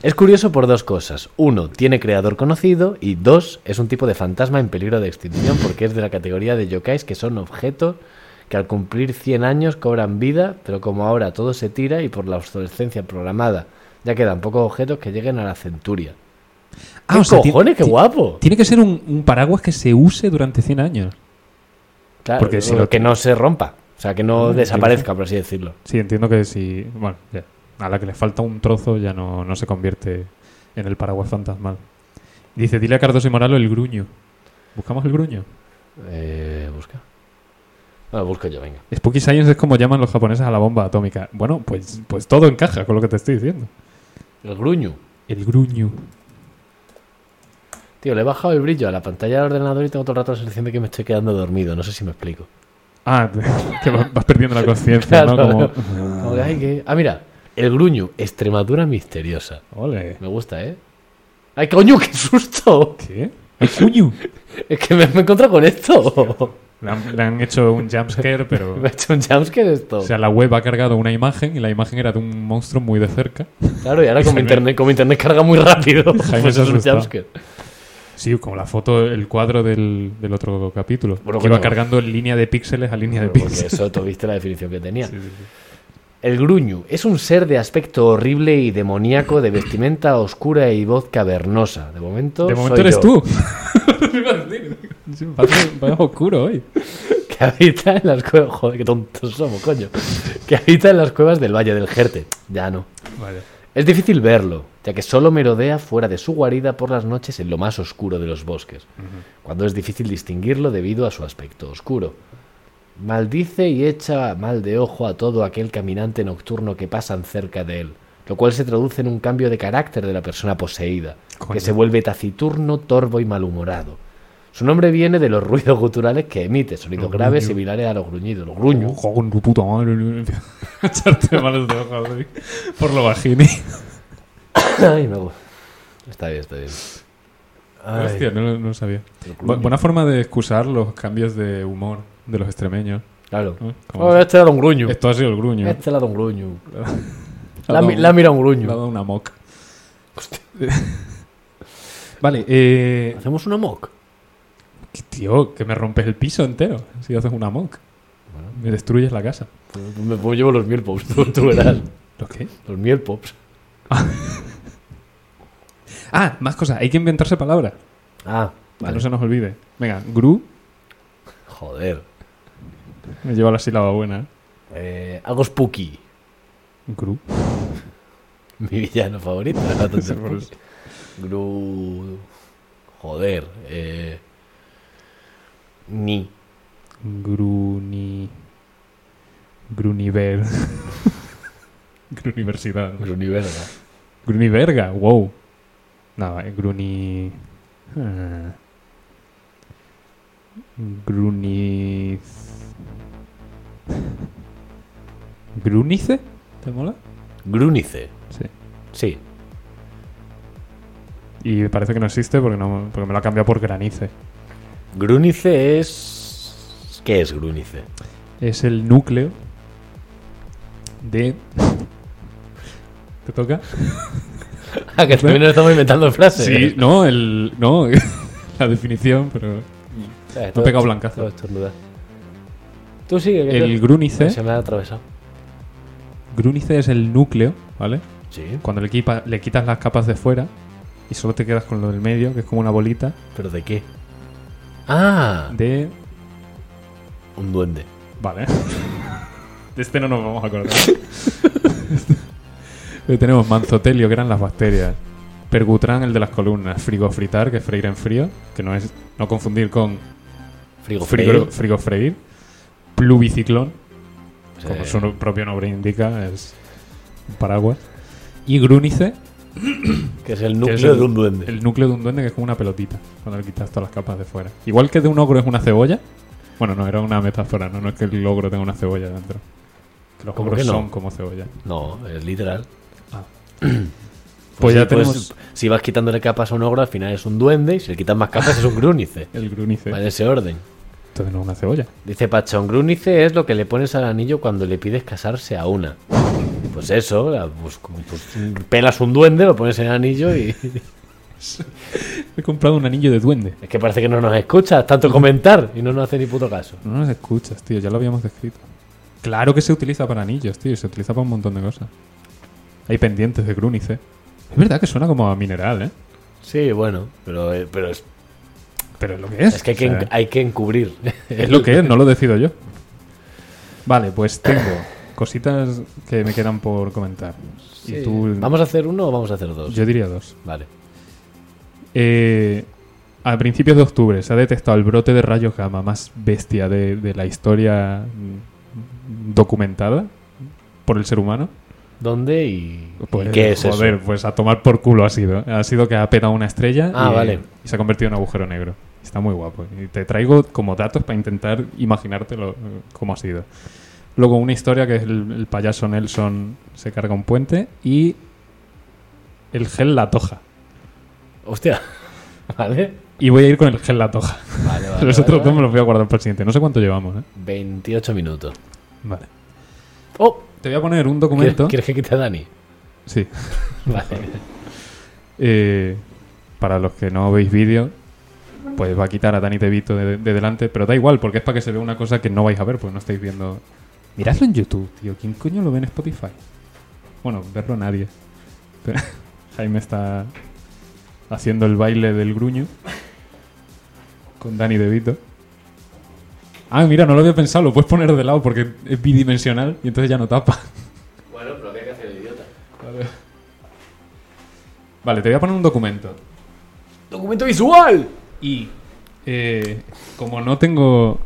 [SPEAKER 1] Es curioso por dos cosas. Uno, tiene creador conocido y dos, es un tipo de fantasma en peligro de extinción porque es de la categoría de yokais que son objetos que al cumplir 100 años cobran vida, pero como ahora todo se tira y por la obsolescencia programada ya quedan pocos objetos que lleguen a la centuria.
[SPEAKER 2] Ah,
[SPEAKER 1] ¡Qué cojones, qué
[SPEAKER 2] tiene,
[SPEAKER 1] guapo!
[SPEAKER 2] Tiene que ser un, un paraguas que se use durante 100 años.
[SPEAKER 1] Claro,
[SPEAKER 2] porque si
[SPEAKER 1] o
[SPEAKER 2] lo-
[SPEAKER 1] que no se rompa, o sea, que
[SPEAKER 2] Ah,
[SPEAKER 1] no
[SPEAKER 2] sí.
[SPEAKER 1] desaparezca, por así decirlo.
[SPEAKER 2] Sí, entiendo que si. Bueno, ya. A la que le falta un trozo ya no, no se convierte en el paraguas fantasmal. Dice, dile a Cardoso y Moralo el gruño. ¿Buscamos el gruño?
[SPEAKER 1] Eh, busca. Bueno, busco yo, venga.
[SPEAKER 2] Spooky Science es como llaman los japoneses a la bomba atómica. Bueno, pues, pues todo encaja con lo que te estoy diciendo.
[SPEAKER 1] El gruño.
[SPEAKER 2] El gruño.
[SPEAKER 1] Tío, le he bajado el brillo a la pantalla del ordenador y tengo todo el rato la sensación de que me estoy quedando dormido. No sé si me explico.
[SPEAKER 2] Ah, que va- vas perdiendo la conciencia, ¿no?
[SPEAKER 1] Claro.
[SPEAKER 2] Como-
[SPEAKER 1] Como que, ay, que- Ah, mira. El gruño. Extremadura misteriosa.
[SPEAKER 2] Ole.
[SPEAKER 1] Me gusta, ¿eh? ¡Ay, coño, qué susto!
[SPEAKER 2] ¿Qué? El gruño.
[SPEAKER 1] Es que me, me he encontrado con esto.
[SPEAKER 2] Le han, le han hecho un jumpscare, pero...
[SPEAKER 1] Me ha hecho un jumpscare esto.
[SPEAKER 2] O sea, la web ha cargado una imagen y la imagen era de un monstruo muy de cerca.
[SPEAKER 1] claro, y ahora como
[SPEAKER 2] Jaime-
[SPEAKER 1] internet, como internet carga muy rápido.
[SPEAKER 2] Jaime
[SPEAKER 1] pues
[SPEAKER 2] se
[SPEAKER 1] es un
[SPEAKER 2] asusta.
[SPEAKER 1] jumpscare.
[SPEAKER 2] Sí, como la foto, el cuadro del, del otro capítulo.
[SPEAKER 1] Bueno,
[SPEAKER 2] que iba
[SPEAKER 1] coño.
[SPEAKER 2] cargando en línea de píxeles a línea de
[SPEAKER 1] Pero Porque
[SPEAKER 2] píxeles.
[SPEAKER 1] eso tú viste la definición que tenía.
[SPEAKER 2] Sí, sí, sí.
[SPEAKER 1] El gruñu es un ser de aspecto horrible y demoníaco, de vestimenta oscura y voz cavernosa. De momento,
[SPEAKER 2] De momento
[SPEAKER 1] soy
[SPEAKER 2] eres
[SPEAKER 1] yo,
[SPEAKER 2] tú. Te iba a decir. Sí, vas- vas oscuro hoy.
[SPEAKER 1] Que habita en las cuevas. Joder, qué tontos somos, coño. Que habita en las cuevas del Valle del Jerte. Ya no.
[SPEAKER 2] Vale.
[SPEAKER 1] Es difícil verlo, ya que solo merodea fuera de su guarida por las noches en lo más oscuro de los bosques, cuando es difícil distinguirlo debido a su aspecto oscuro. Maldice y echa mal de ojo a todo aquel caminante nocturno que pasan cerca de él, lo cual se traduce en un cambio de carácter de la persona poseída,
[SPEAKER 2] Coño.
[SPEAKER 1] que se vuelve taciturno, torvo y malhumorado. Su nombre viene de los ruidos guturales que emite, sonidos
[SPEAKER 2] Los
[SPEAKER 1] graves
[SPEAKER 2] gruños.
[SPEAKER 1] similares a los gruñidos, los gruños.
[SPEAKER 2] Ojo con tu puta madre. ni- Echarte malos de ojo, güey. Por lo bajini.
[SPEAKER 1] Ay, me gusta. Está bien, está bien. Ay,
[SPEAKER 2] Hostia, no, lo- no lo sabía.
[SPEAKER 1] los
[SPEAKER 2] Bu-
[SPEAKER 1] gruños.
[SPEAKER 2] buena forma de excusar los cambios de humor de los extremeños.
[SPEAKER 1] Claro.
[SPEAKER 2] ¿no? Como
[SPEAKER 1] Oh, este era un gruño.
[SPEAKER 2] Esto ha sido el gruño.
[SPEAKER 1] Este era un gruño.
[SPEAKER 2] Ha
[SPEAKER 1] La,
[SPEAKER 2] dado
[SPEAKER 1] mi-
[SPEAKER 2] un-
[SPEAKER 1] la mira un
[SPEAKER 2] le ha
[SPEAKER 1] gruño.
[SPEAKER 2] dado una moc. vale, eh,
[SPEAKER 1] ¿Hacemos una mock?
[SPEAKER 2] tío, que me rompes el piso entero si haces una moc. Me destruyes la casa.
[SPEAKER 1] Pues Me pues llevo los miel pops, tú, tú verás.
[SPEAKER 2] ¿Lo qué?
[SPEAKER 1] Los miel pops.
[SPEAKER 2] Ah, más cosas. Hay que inventarse palabras.
[SPEAKER 1] Ah,
[SPEAKER 2] Que no
[SPEAKER 1] vale.
[SPEAKER 2] se nos olvide. Venga, gru
[SPEAKER 1] Joder.
[SPEAKER 2] me lleva la sílaba buena.
[SPEAKER 1] Eh, hago spooky.
[SPEAKER 2] Gru.
[SPEAKER 1] Mi villano favorito. era Dr.
[SPEAKER 2] Sí, por
[SPEAKER 1] Spooky. Gru. Joder. Eh... Ni.
[SPEAKER 2] Gruni. Gruniver. Gruniversidad.
[SPEAKER 1] Gruniverga.
[SPEAKER 2] Gruniverga, wow. No, eh, Gruni. ah. Gruni. ¿Grunice? ¿Te mola?
[SPEAKER 1] Grunice.
[SPEAKER 2] Sí.
[SPEAKER 1] Sí.
[SPEAKER 2] Y parece que no existe porque, no, porque me lo ha cambiado por granice.
[SPEAKER 1] Grunice es. ¿Qué es Grunice?
[SPEAKER 2] Es el núcleo de. ¿Te toca?
[SPEAKER 1] Ah, que también nos estamos inventando frases.
[SPEAKER 2] Sí, no, el. No, la definición, pero.
[SPEAKER 1] Eh,
[SPEAKER 2] No
[SPEAKER 1] todo-
[SPEAKER 2] he pegado
[SPEAKER 1] todo
[SPEAKER 2] blancazo.
[SPEAKER 1] estornudar. Tú sigue. que
[SPEAKER 2] El eh?
[SPEAKER 1] te-
[SPEAKER 2] grunice.
[SPEAKER 1] Se me ha atravesado.
[SPEAKER 2] Grunice es el núcleo, ¿vale?
[SPEAKER 1] Sí.
[SPEAKER 2] Cuando le, quipa- le quitas las capas de fuera y solo te quedas con lo del medio, que es como una bolita
[SPEAKER 1] ¿Pero de qué? Ah,
[SPEAKER 2] de.
[SPEAKER 1] un duende.
[SPEAKER 2] Vale. De este no nos vamos a acordar. Pero tenemos manzotelio, que eran las bacterias. Pergutran, el de las columnas. Frigofritar, que es freír en frío, que no es. No confundir con
[SPEAKER 1] Frigo
[SPEAKER 2] frigo, frigofreír. Plubiciclón,
[SPEAKER 1] Sí.
[SPEAKER 2] como su no- propio nombre indica, es un paraguas. Y grunice,
[SPEAKER 1] Que es el
[SPEAKER 2] que
[SPEAKER 1] núcleo
[SPEAKER 2] es
[SPEAKER 1] de un duende.
[SPEAKER 2] El núcleo de un duende que es como una pelotita, cuando le quitas todas las capas de fuera. Igual que de un ogro es una cebolla. Bueno, no, era una metáfora, no, no es que el ogro tenga una cebolla dentro. Que los
[SPEAKER 1] ¿Cómo
[SPEAKER 2] ogros
[SPEAKER 1] que no?
[SPEAKER 2] son como cebolla.
[SPEAKER 1] No, es literal.
[SPEAKER 2] Ah.
[SPEAKER 1] Pues,
[SPEAKER 2] Pues ya
[SPEAKER 1] sí, pues,
[SPEAKER 2] tenemos
[SPEAKER 1] si vas quitándole capas a un ogro, al final es un duende. Y si le quitas más capas, es un grunice.
[SPEAKER 2] el grunice.
[SPEAKER 1] Va en ese orden.
[SPEAKER 2] Entonces no es una cebolla.
[SPEAKER 1] Dice Pacha, un grunice es lo que le pones al anillo cuando le pides casarse a una. Pues eso, la- pues, pues, pelas un duende, lo pones en el anillo y...
[SPEAKER 2] He comprado un anillo de duende.
[SPEAKER 1] Es que parece que no nos escuchas, tanto comentar y no nos hace ni puto caso.
[SPEAKER 2] No nos escuchas, tío, ya lo habíamos descrito. Claro que se utiliza para anillos, tío, y se utiliza para un montón de cosas. Hay pendientes de grunice. Es verdad que suena como a mineral, ¿eh?
[SPEAKER 1] Sí, bueno, pero, eh, pero es,
[SPEAKER 2] Pero es lo que es.
[SPEAKER 1] es que hay que,
[SPEAKER 2] o sea.
[SPEAKER 1] en- hay que encubrir.
[SPEAKER 2] Es lo que es, no lo decido yo. Vale, pues tengo cositas que me quedan por comentar.
[SPEAKER 1] Sí.
[SPEAKER 2] Y tú,
[SPEAKER 1] ¿Vamos a hacer uno o vamos a hacer dos?
[SPEAKER 2] yo diría dos.
[SPEAKER 1] Vale.
[SPEAKER 2] Eh, a principios de octubre se ha detectado el brote de rayos gamma más bestia de, de la historia mm, documentada por el ser humano.
[SPEAKER 1] ¿Dónde y,
[SPEAKER 2] Pues,
[SPEAKER 1] y qué es
[SPEAKER 2] joder,
[SPEAKER 1] eso?
[SPEAKER 2] pues a tomar por culo ha sido. ¿eh? Ha sido que ha petado una estrella
[SPEAKER 1] Ah,
[SPEAKER 2] y,
[SPEAKER 1] vale.
[SPEAKER 2] y se ha convertido en un agujero negro. Está muy guapo. Y te traigo como datos para intentar imaginártelo eh, cómo ha sido. Luego una historia que es el, el payaso Nelson se carga un puente y el gel la toja.
[SPEAKER 1] Hostia. Vale.
[SPEAKER 2] Y voy a ir con el gel la toja.
[SPEAKER 1] Vale, vale.
[SPEAKER 2] Los
[SPEAKER 1] vale,
[SPEAKER 2] otros dos
[SPEAKER 1] vale.
[SPEAKER 2] me los voy a guardar para el siguiente. No sé cuánto llevamos, ¿eh?
[SPEAKER 1] 28 minutos.
[SPEAKER 2] Vale.
[SPEAKER 1] Oh,
[SPEAKER 2] Te voy a poner un
[SPEAKER 1] ¿quieres,
[SPEAKER 2] documento.
[SPEAKER 1] quieres que quite a Dani?
[SPEAKER 2] Sí.
[SPEAKER 1] Vale.
[SPEAKER 2] Eh, para los que no veis vídeo, pues va a quitar a Dani Tevito de, de delante, pero da igual, porque es para que se vea una cosa que no vais a ver, porque no estáis viendo. Miradlo en YouTube, tío. ¿Quién coño lo ve en Spotify? Bueno, verlo nadie. Pero Jaime está haciendo el baile del gruño con Dani Devito. Ah, mira, no lo había pensado, lo puedes poner de lado porque es bidimensional y entonces ya no tapa.
[SPEAKER 1] Bueno, pero había que hacer el idiota.
[SPEAKER 2] Vale. Vale, te voy a poner un documento.
[SPEAKER 1] ¡Documento visual!
[SPEAKER 2] Y eh, como no tengo.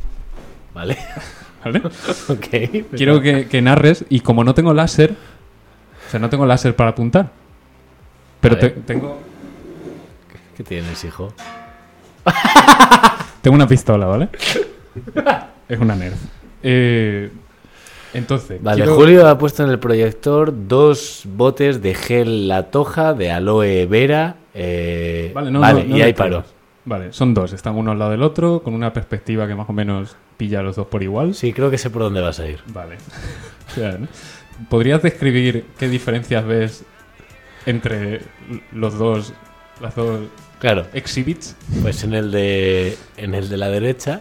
[SPEAKER 1] Vale.
[SPEAKER 2] ¿Vale?
[SPEAKER 1] ok.
[SPEAKER 2] Quiero que, que narres. Y como no tengo láser. O sea, no tengo láser para apuntar. Pero
[SPEAKER 1] Vale.
[SPEAKER 2] te- tengo.
[SPEAKER 1] ¿Qué tienes, hijo?
[SPEAKER 2] Tengo una pistola, ¿vale? es una nerf. Eh, entonces.
[SPEAKER 1] Vale,
[SPEAKER 2] quiero-
[SPEAKER 1] Julio ha puesto en el proyector dos botes de gel la toja de aloe vera. eh,
[SPEAKER 2] Vale, no, no,
[SPEAKER 1] y
[SPEAKER 2] no lo
[SPEAKER 1] ahí
[SPEAKER 2] entiendo.
[SPEAKER 1] paró.
[SPEAKER 2] Vale, son dos. Están uno al lado del otro. Con una perspectiva que más o menos pilla a los dos por igual.
[SPEAKER 1] Sí, creo que sé por dónde vas a ir.
[SPEAKER 2] Vale. O sea, ¿no? ¿Podrías describir qué diferencias ves entre los dos, las dos
[SPEAKER 1] Claro,
[SPEAKER 2] exhibits?
[SPEAKER 1] pues en el de, en el de la derecha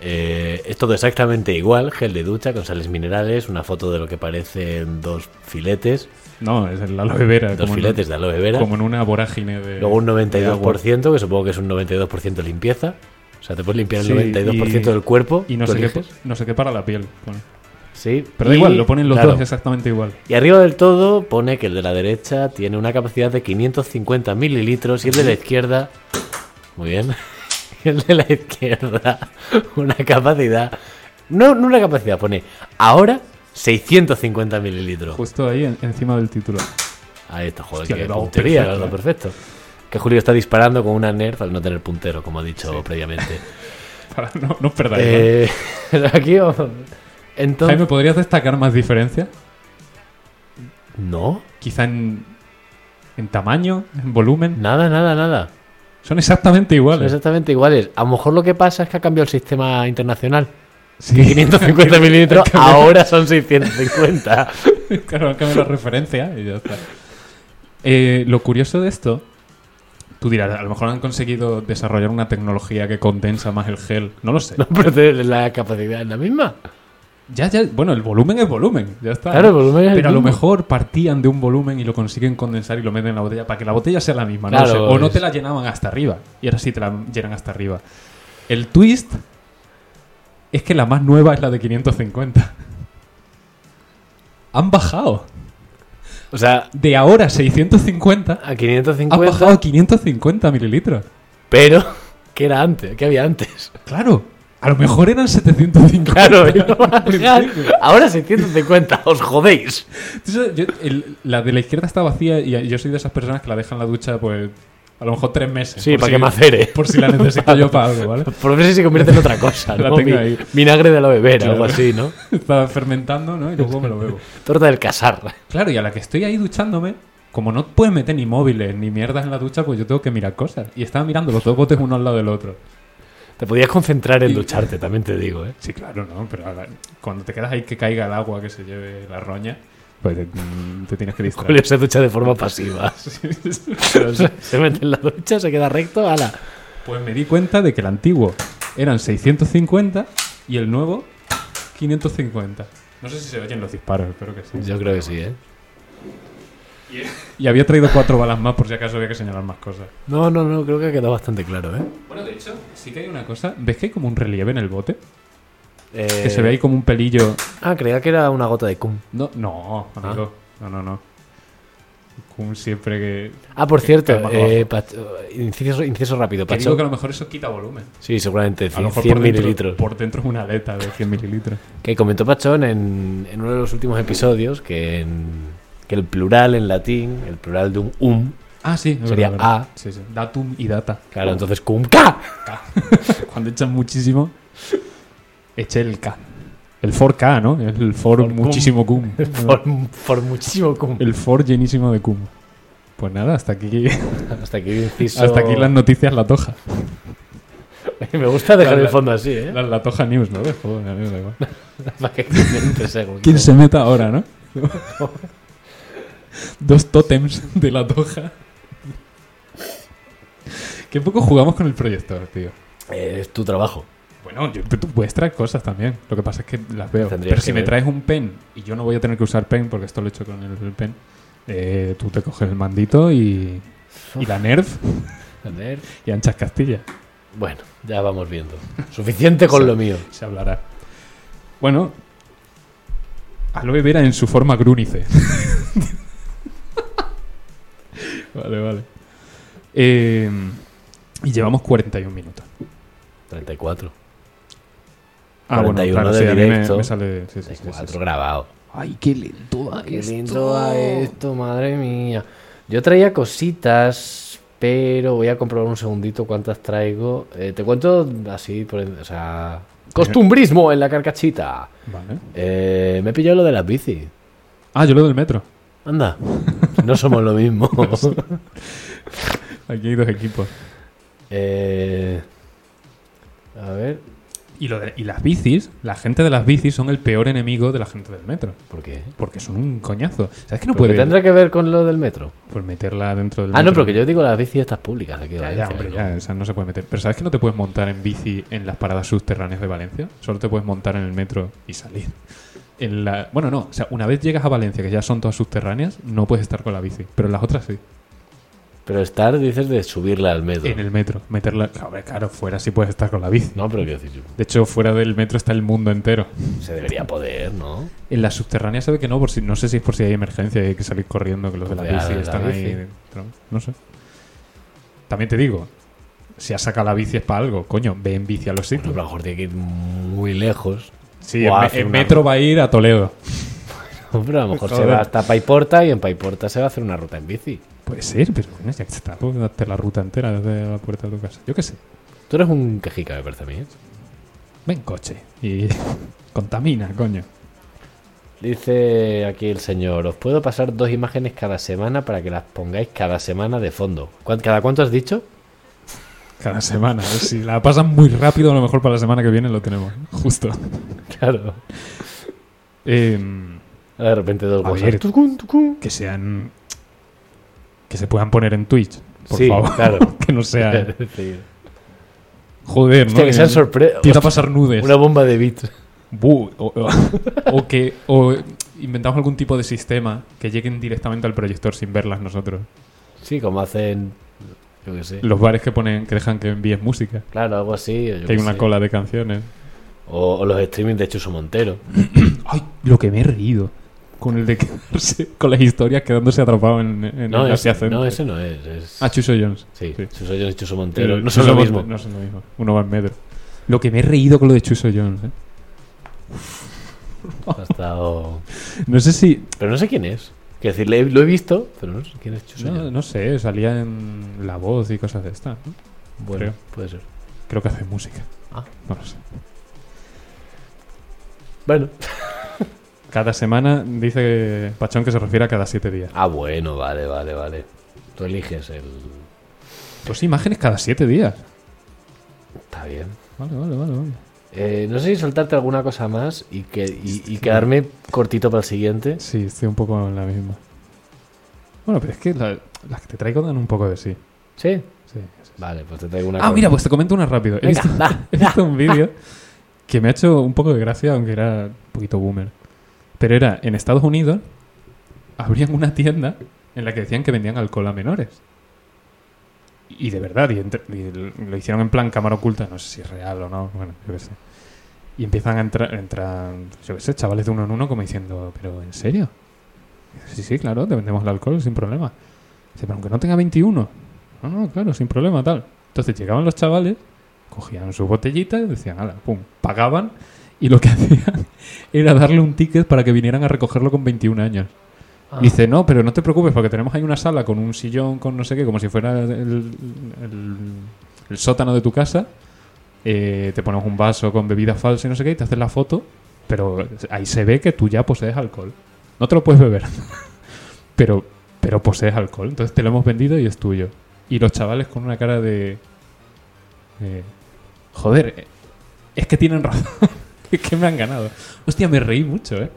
[SPEAKER 1] eh, es todo exactamente igual. Gel de ducha con sales minerales, una foto de lo que parecen dos filetes,
[SPEAKER 2] No, es el aloe vera.
[SPEAKER 1] dos
[SPEAKER 2] como en-
[SPEAKER 1] filetes de aloe vera.
[SPEAKER 2] Como en una vorágine de.
[SPEAKER 1] Luego un
[SPEAKER 2] de agua.
[SPEAKER 1] 92%, que supongo que es un 92% limpieza. O sea, te puedes limpiar el
[SPEAKER 2] Sí,
[SPEAKER 1] 92%
[SPEAKER 2] y-
[SPEAKER 1] del cuerpo.
[SPEAKER 2] Y no
[SPEAKER 1] tú
[SPEAKER 2] sé, qué,
[SPEAKER 1] eliges.
[SPEAKER 2] no sé qué para la piel. pone.
[SPEAKER 1] Sí.
[SPEAKER 2] Pero da
[SPEAKER 1] y-
[SPEAKER 2] igual, lo ponen los
[SPEAKER 1] claro.
[SPEAKER 2] dos exactamente igual.
[SPEAKER 1] Y arriba del todo pone que el de la derecha tiene una capacidad de 550 mililitros y el de la izquierda. Muy bien. Y el de la izquierda, una capacidad. No, no una capacidad, pone ahora 650 mililitros.
[SPEAKER 2] Justo ahí en- encima del título.
[SPEAKER 1] Ahí está, joder,
[SPEAKER 2] Hostia,
[SPEAKER 1] que
[SPEAKER 2] le damos
[SPEAKER 1] puntería,
[SPEAKER 2] perfecto,
[SPEAKER 1] lo
[SPEAKER 2] eh.
[SPEAKER 1] perfecto. Que Julio está disparando con una nerf al no tener puntero, como ha dicho previamente.
[SPEAKER 2] Para no, no perdáis. ¿vale?
[SPEAKER 1] Eh, aquí vamos. Entonces.
[SPEAKER 2] Jaime, ¿podrías destacar más diferencias?
[SPEAKER 1] No,
[SPEAKER 2] Quizá en, en tamaño, en volumen.
[SPEAKER 1] nada, nada, nada.
[SPEAKER 2] Son exactamente
[SPEAKER 1] Son
[SPEAKER 2] iguales.
[SPEAKER 1] exactamente iguales. A lo mejor lo que pasa es que ha cambiado el sistema internacional.
[SPEAKER 2] Sí.
[SPEAKER 1] 550 mililitros, ahora son 650.
[SPEAKER 2] Claro, han cambiado la referencia y ya está. Eh, lo curioso de esto, tú dirás, a lo mejor han conseguido desarrollar una tecnología que condensa más el gel. No lo sé.
[SPEAKER 1] No, pero te- la capacidad es la misma.
[SPEAKER 2] Ya, ya, bueno, el volumen es volumen, ya está.
[SPEAKER 1] Claro, el volumen es el
[SPEAKER 2] Pero a lo
[SPEAKER 1] mismo.
[SPEAKER 2] mejor partían de un volumen y lo consiguen condensar y lo meten en la botella para que la botella sea la misma. no
[SPEAKER 1] Claro,
[SPEAKER 2] sé. O no
[SPEAKER 1] es-
[SPEAKER 2] te la llenaban hasta arriba. Y ahora sí te la llenan hasta arriba. El twist es que la más nueva es la de 550. Han bajado.
[SPEAKER 1] O sea,
[SPEAKER 2] De ahora 650
[SPEAKER 1] a
[SPEAKER 2] Ha
[SPEAKER 1] 550,
[SPEAKER 2] bajado 550 mililitros.
[SPEAKER 1] pero ¿qué era antes? ¿Qué había antes?
[SPEAKER 2] Claro. A lo mejor eran 750.
[SPEAKER 1] Claro, y
[SPEAKER 2] al
[SPEAKER 1] no va a bajar.
[SPEAKER 2] principio.
[SPEAKER 1] ahora 650, os jodéis.
[SPEAKER 2] Entonces, yo- el- la de la izquierda está vacía y yo soy de esas personas que la dejan en la ducha, pues, a lo mejor tres meses.
[SPEAKER 1] Pues Sí,
[SPEAKER 2] por
[SPEAKER 1] para
[SPEAKER 2] si-
[SPEAKER 1] que me acere.
[SPEAKER 2] Por si la necesito yo para algo, ¿vale?
[SPEAKER 1] Por ver si se convierte en otra cosa,
[SPEAKER 2] La
[SPEAKER 1] ¿no?
[SPEAKER 2] tengo
[SPEAKER 1] Vi-
[SPEAKER 2] ahí.
[SPEAKER 1] Vinagre de aloe vera,
[SPEAKER 2] Claro.
[SPEAKER 1] algo así, ¿no?
[SPEAKER 2] Está fermentando, ¿no? Y luego me lo bebo.
[SPEAKER 1] Torta del casar.
[SPEAKER 2] Claro, y a la que estoy ahí duchándome, como no puedes meter ni móviles ni mierdas en la ducha, pues yo tengo que mirar cosas. Y estaba mirando los dos botes uno al lado del otro.
[SPEAKER 1] Te podías concentrar en
[SPEAKER 2] Y-
[SPEAKER 1] ducharte, también te digo, ¿eh?
[SPEAKER 2] Sí, claro, no, pero ahora, cuando te quedas ahí que caiga el agua, que se lleve la roña, pues te, mm, te tienes que distraer.
[SPEAKER 1] Julio se ducha de forma pasiva. Pero se, se mete en la ducha, se queda recto, ala.
[SPEAKER 2] Pues me di cuenta de que el antiguo eran 650 y el nuevo 550. No sé si se oyen los disparos, espero que sí.
[SPEAKER 1] Yo creo que sí, ¿eh?
[SPEAKER 2] Y había traído cuatro balas más por si acaso había que señalar más cosas.
[SPEAKER 1] No, no, no, creo que ha quedado bastante claro, ¿eh?
[SPEAKER 2] Bueno, de hecho, sí que hay una cosa. ¿Ves que hay como un relieve en el bote?
[SPEAKER 1] Eh,
[SPEAKER 2] Que se ve ahí como un pelillo.
[SPEAKER 1] Ah, creía que era una gota de cum.
[SPEAKER 2] No, no,
[SPEAKER 1] Ah.
[SPEAKER 2] amigo. No, no, no. Como siempre que.
[SPEAKER 1] Ah, por
[SPEAKER 2] Que-
[SPEAKER 1] cierto,
[SPEAKER 2] que más
[SPEAKER 1] eh, Pacho- inciso, inciso rápido,
[SPEAKER 2] Que digo
[SPEAKER 1] Pacho.
[SPEAKER 2] que a lo mejor eso quita volumen.
[SPEAKER 1] Sí, seguramente,
[SPEAKER 2] A lo
[SPEAKER 1] 100,
[SPEAKER 2] mejor
[SPEAKER 1] 100
[SPEAKER 2] por dentro,
[SPEAKER 1] mililitros.
[SPEAKER 2] Por dentro es una aleta de 100 mililitros.
[SPEAKER 1] Que comentó Pachón en, en uno de los últimos episodios que, en- que el plural en latín, el plural de un um,
[SPEAKER 2] Ah, sí. es
[SPEAKER 1] Sería
[SPEAKER 2] verdad, verdad.
[SPEAKER 1] A.
[SPEAKER 2] Sí, sí. Datum y data.
[SPEAKER 1] claro, entonces cum ca.
[SPEAKER 2] Cuando echan muchísimo, eché el K. El 4K, ¿no? El 4
[SPEAKER 1] cum.
[SPEAKER 2] muchísimo cum.
[SPEAKER 1] Por, por muchísimo cum.
[SPEAKER 2] El 4 llenísimo de cum. Pues nada, hasta aquí,
[SPEAKER 1] Hasta aquí inciso.
[SPEAKER 2] hasta aquí las noticias La Toja.
[SPEAKER 1] Me gusta dejar
[SPEAKER 2] La-
[SPEAKER 1] el fondo así, ¿eh?
[SPEAKER 2] Las La Toja News, ¿no? Joder, a mí me da igual.
[SPEAKER 1] Para que entre según.
[SPEAKER 2] ¿Quién se meta ahora, no? Dos tótems de La Toja. Qué poco jugamos con el proyector, tío.
[SPEAKER 1] Eh, es tu trabajo.
[SPEAKER 2] Bueno, yo, tú puedes traer cosas también. Lo que pasa es que las veo.
[SPEAKER 1] Tendrías
[SPEAKER 2] Pero
[SPEAKER 1] que
[SPEAKER 2] si me
[SPEAKER 1] ver.
[SPEAKER 2] traes un pen y yo no voy a tener que usar pen porque esto lo he hecho con el, el pen, eh, tú te coges el mandito y, y la nerf y anchas Castilla.
[SPEAKER 1] Bueno, ya vamos viendo. Suficiente con lo mío.
[SPEAKER 2] Se hablará. Bueno, aloe vera en su forma grúnice. Vale, vale. Eh, y llevamos 41 minutos.
[SPEAKER 1] 34.
[SPEAKER 2] Ah,
[SPEAKER 1] 41
[SPEAKER 2] bueno, claro,
[SPEAKER 1] de
[SPEAKER 2] sí, a mí me-
[SPEAKER 1] directo.
[SPEAKER 2] me sale- sí, sí, sí, sí,
[SPEAKER 1] 34
[SPEAKER 2] sí.
[SPEAKER 1] grabado.
[SPEAKER 2] Ay, qué lento. va.
[SPEAKER 1] Qué lindo va esto, madre mía. Yo traía cositas, pero voy a comprobar un segundito cuántas traigo. Eh, te cuento así, por, en- o sea, costumbrismo en la carcachita.
[SPEAKER 2] Vale.
[SPEAKER 1] Eh, me he pillado lo de las bicis.
[SPEAKER 2] Ah, yo lo del metro.
[SPEAKER 1] Anda, no somos lo mismo.
[SPEAKER 2] Aquí hay dos equipos.
[SPEAKER 1] Eh, a ver,
[SPEAKER 2] Y, lo de- y las bicis, la gente de las bicis son el peor enemigo de la gente del metro.
[SPEAKER 1] ¿por qué?
[SPEAKER 2] Porque son un coñazo. ¿Sabes que no
[SPEAKER 1] ¿Pero qué
[SPEAKER 2] puede
[SPEAKER 1] tendrá que ver con lo del metro?
[SPEAKER 2] por meterla dentro del
[SPEAKER 1] Pues Ah, no,
[SPEAKER 2] metro?
[SPEAKER 1] porque yo digo las bicis estas públicas aquí ¿eh? de
[SPEAKER 2] Ya, ya,
[SPEAKER 1] Valencia,
[SPEAKER 2] hombre,
[SPEAKER 1] ¿no?
[SPEAKER 2] ya, esa no se puede meter. Pero ¿sabes que no te puedes montar en bici en las paradas subterráneas de Valencia? Solo te puedes montar en el metro y salir. En la... Bueno, no, o sea, una vez llegas a Valencia, que ya son todas subterráneas, no puedes estar con la bici. Pero en las otras sí.
[SPEAKER 1] Pero estar, dices, de subirla al metro.
[SPEAKER 2] En el metro, meterla. Hombre, claro, fuera sí puedes estar con la bici.
[SPEAKER 1] No, pero quiero decir,
[SPEAKER 2] De hecho, fuera del metro está el mundo entero.
[SPEAKER 1] se debería poder, ¿no?
[SPEAKER 2] En las subterráneas se ve que no, por si, no sé si es por si hay emergencia y hay que salir corriendo, que los de la
[SPEAKER 1] Ya,
[SPEAKER 2] bici
[SPEAKER 1] de la
[SPEAKER 2] están ahí
[SPEAKER 1] bici.
[SPEAKER 2] dentro. No sé. También te digo, si has sacado la bici es para algo, coño, ve en bici a
[SPEAKER 1] Bueno,
[SPEAKER 2] los sitios.
[SPEAKER 1] pero Pues a lo mejor tiene que ir muy lejos.
[SPEAKER 2] Sí,
[SPEAKER 1] O
[SPEAKER 2] en, me-
[SPEAKER 1] hace
[SPEAKER 2] en
[SPEAKER 1] una-
[SPEAKER 2] metro va a ir a Toledo.
[SPEAKER 1] Pero a lo mejor se
[SPEAKER 2] Joder.
[SPEAKER 1] va hasta Paiporta y en Paiporta se va a hacer una ruta en bici.
[SPEAKER 2] Puede ser, pero bueno, ya que está, puedes darte la ruta entera desde la puerta de tu casa. Yo qué sé,
[SPEAKER 1] Tú eres un quejica, me parece a mí. ¿eh?
[SPEAKER 2] ven coche y contamina, coño.
[SPEAKER 1] Dice aquí el señor, os puedo pasar dos imágenes cada semana para que las pongáis cada semana de fondo. ¿Cuán- ¿Cada cuánto has dicho?
[SPEAKER 2] Cada semana. Si la pasan muy rápido, a lo mejor para la semana que viene lo tenemos. Justo.
[SPEAKER 1] Claro. Ah,
[SPEAKER 2] Em,
[SPEAKER 1] De repente dos
[SPEAKER 2] A
[SPEAKER 1] WhatsApp.
[SPEAKER 2] ver.
[SPEAKER 1] Tucun, tucun.
[SPEAKER 2] que sean. Que se puedan poner en Twitch, por
[SPEAKER 1] Sí,
[SPEAKER 2] favor.
[SPEAKER 1] claro.
[SPEAKER 2] que no sea.
[SPEAKER 1] Es decir,
[SPEAKER 2] Joder,
[SPEAKER 1] Hostia,
[SPEAKER 2] ¿no?
[SPEAKER 1] que sean
[SPEAKER 2] Eh,
[SPEAKER 1] sorpresas.
[SPEAKER 2] Empieza a pasar nudes.
[SPEAKER 1] Una bomba de bits.
[SPEAKER 2] Bu- o, o- o que o inventamos algún tipo de sistema que lleguen directamente al proyector sin verlas nosotros.
[SPEAKER 1] Sí, como hacen. Yo qué sé.
[SPEAKER 2] Los bares que ponen que dejan que envíes música,
[SPEAKER 1] Claro, algo así. o yo
[SPEAKER 2] que hay
[SPEAKER 1] qué
[SPEAKER 2] una
[SPEAKER 1] sé.
[SPEAKER 2] cola de canciones.
[SPEAKER 1] O, o los streamings de Chuso Montero.
[SPEAKER 2] Ay, lo que me he reído con el de quedarse con las historias quedándose atrapado en, en
[SPEAKER 1] No,
[SPEAKER 2] el Asia
[SPEAKER 1] ese,
[SPEAKER 2] Centro.
[SPEAKER 1] no, ese no es. es-
[SPEAKER 2] Ah, Chuso Jones.
[SPEAKER 1] sí,
[SPEAKER 2] sí.
[SPEAKER 1] Chuso Jones y Chuso Montero.
[SPEAKER 2] El-
[SPEAKER 1] no son lo
[SPEAKER 2] Chuso
[SPEAKER 1] mismo.
[SPEAKER 2] Mon- Eh, No son lo mismo. Uno va en metro. Lo que me he reído con lo de Chuso Jones. eh.
[SPEAKER 1] Ha estado-
[SPEAKER 2] No sé si
[SPEAKER 1] Pero no sé quién es. Quiero decir, le he- lo he visto, pero no sé quién es Chuso
[SPEAKER 2] No,
[SPEAKER 1] Jones.
[SPEAKER 2] no sé, salía en La Voz y cosas de estas. ¿no?
[SPEAKER 1] Bueno,
[SPEAKER 2] creo.
[SPEAKER 1] puede ser.
[SPEAKER 2] Creo que hace música.
[SPEAKER 1] Ah.
[SPEAKER 2] No lo sé.
[SPEAKER 1] Bueno.
[SPEAKER 2] Cada semana dice Pachón que se refiere a cada siete días.
[SPEAKER 1] Ah, bueno, vale, vale, vale. Tú eliges el.
[SPEAKER 2] Pues imágenes cada siete días.
[SPEAKER 1] Está bien.
[SPEAKER 2] Vale, vale, vale. vale.
[SPEAKER 1] Eh, no sé si soltarte alguna cosa más y, que, y, y quedarme cortito para el siguiente.
[SPEAKER 2] Sí, estoy un poco en la misma. Bueno, pero es que la- las que te traigo dan un poco de sí.
[SPEAKER 1] Sí.
[SPEAKER 2] Sí, sí.
[SPEAKER 1] Vale, pues te traigo una.
[SPEAKER 2] Ah,
[SPEAKER 1] cosa.
[SPEAKER 2] mira, pues te comento una rápido. He
[SPEAKER 1] Venga,
[SPEAKER 2] visto,
[SPEAKER 1] va.
[SPEAKER 2] he visto un vídeo que me ha hecho un poco de gracia, aunque era un poquito boomer. Pero era en Estados Unidos, abrían una tienda en la que decían que vendían alcohol a menores. Y de verdad, y, entre- y lo hicieron en plan cámara oculta, no sé si es real o no, bueno, yo qué sé. Y empiezan a entrar, entran, yo qué sé, chavales de uno en uno como diciendo, pero ¿en serio? Sí, sí, claro, te vendemos el alcohol sin problema. Dice, pero aunque no tenga 21. No, no, claro, sin problema, tal. Entonces llegaban los chavales, cogían sus botellitas y decían, ala, pum, pagaban. Y lo que hacían era darle un ticket para que vinieran a recogerlo con 21 años.
[SPEAKER 1] Ah,
[SPEAKER 2] Dice, no, pero no te preocupes, porque tenemos ahí una sala con un sillón, con no sé qué, como si fuera el, el- el sótano de tu casa. Eh, te ponemos un vaso con bebida falsa y no sé qué, y te haces la foto, pero ahí se ve que tú ya posees alcohol. No te lo puedes beber, pero, pero posees alcohol. Entonces te lo hemos vendido y es tuyo. Y los chavales con una cara de... eh, joder, eh, es que tienen razón. es que me han ganado. Hostia, me reí mucho, ¿eh?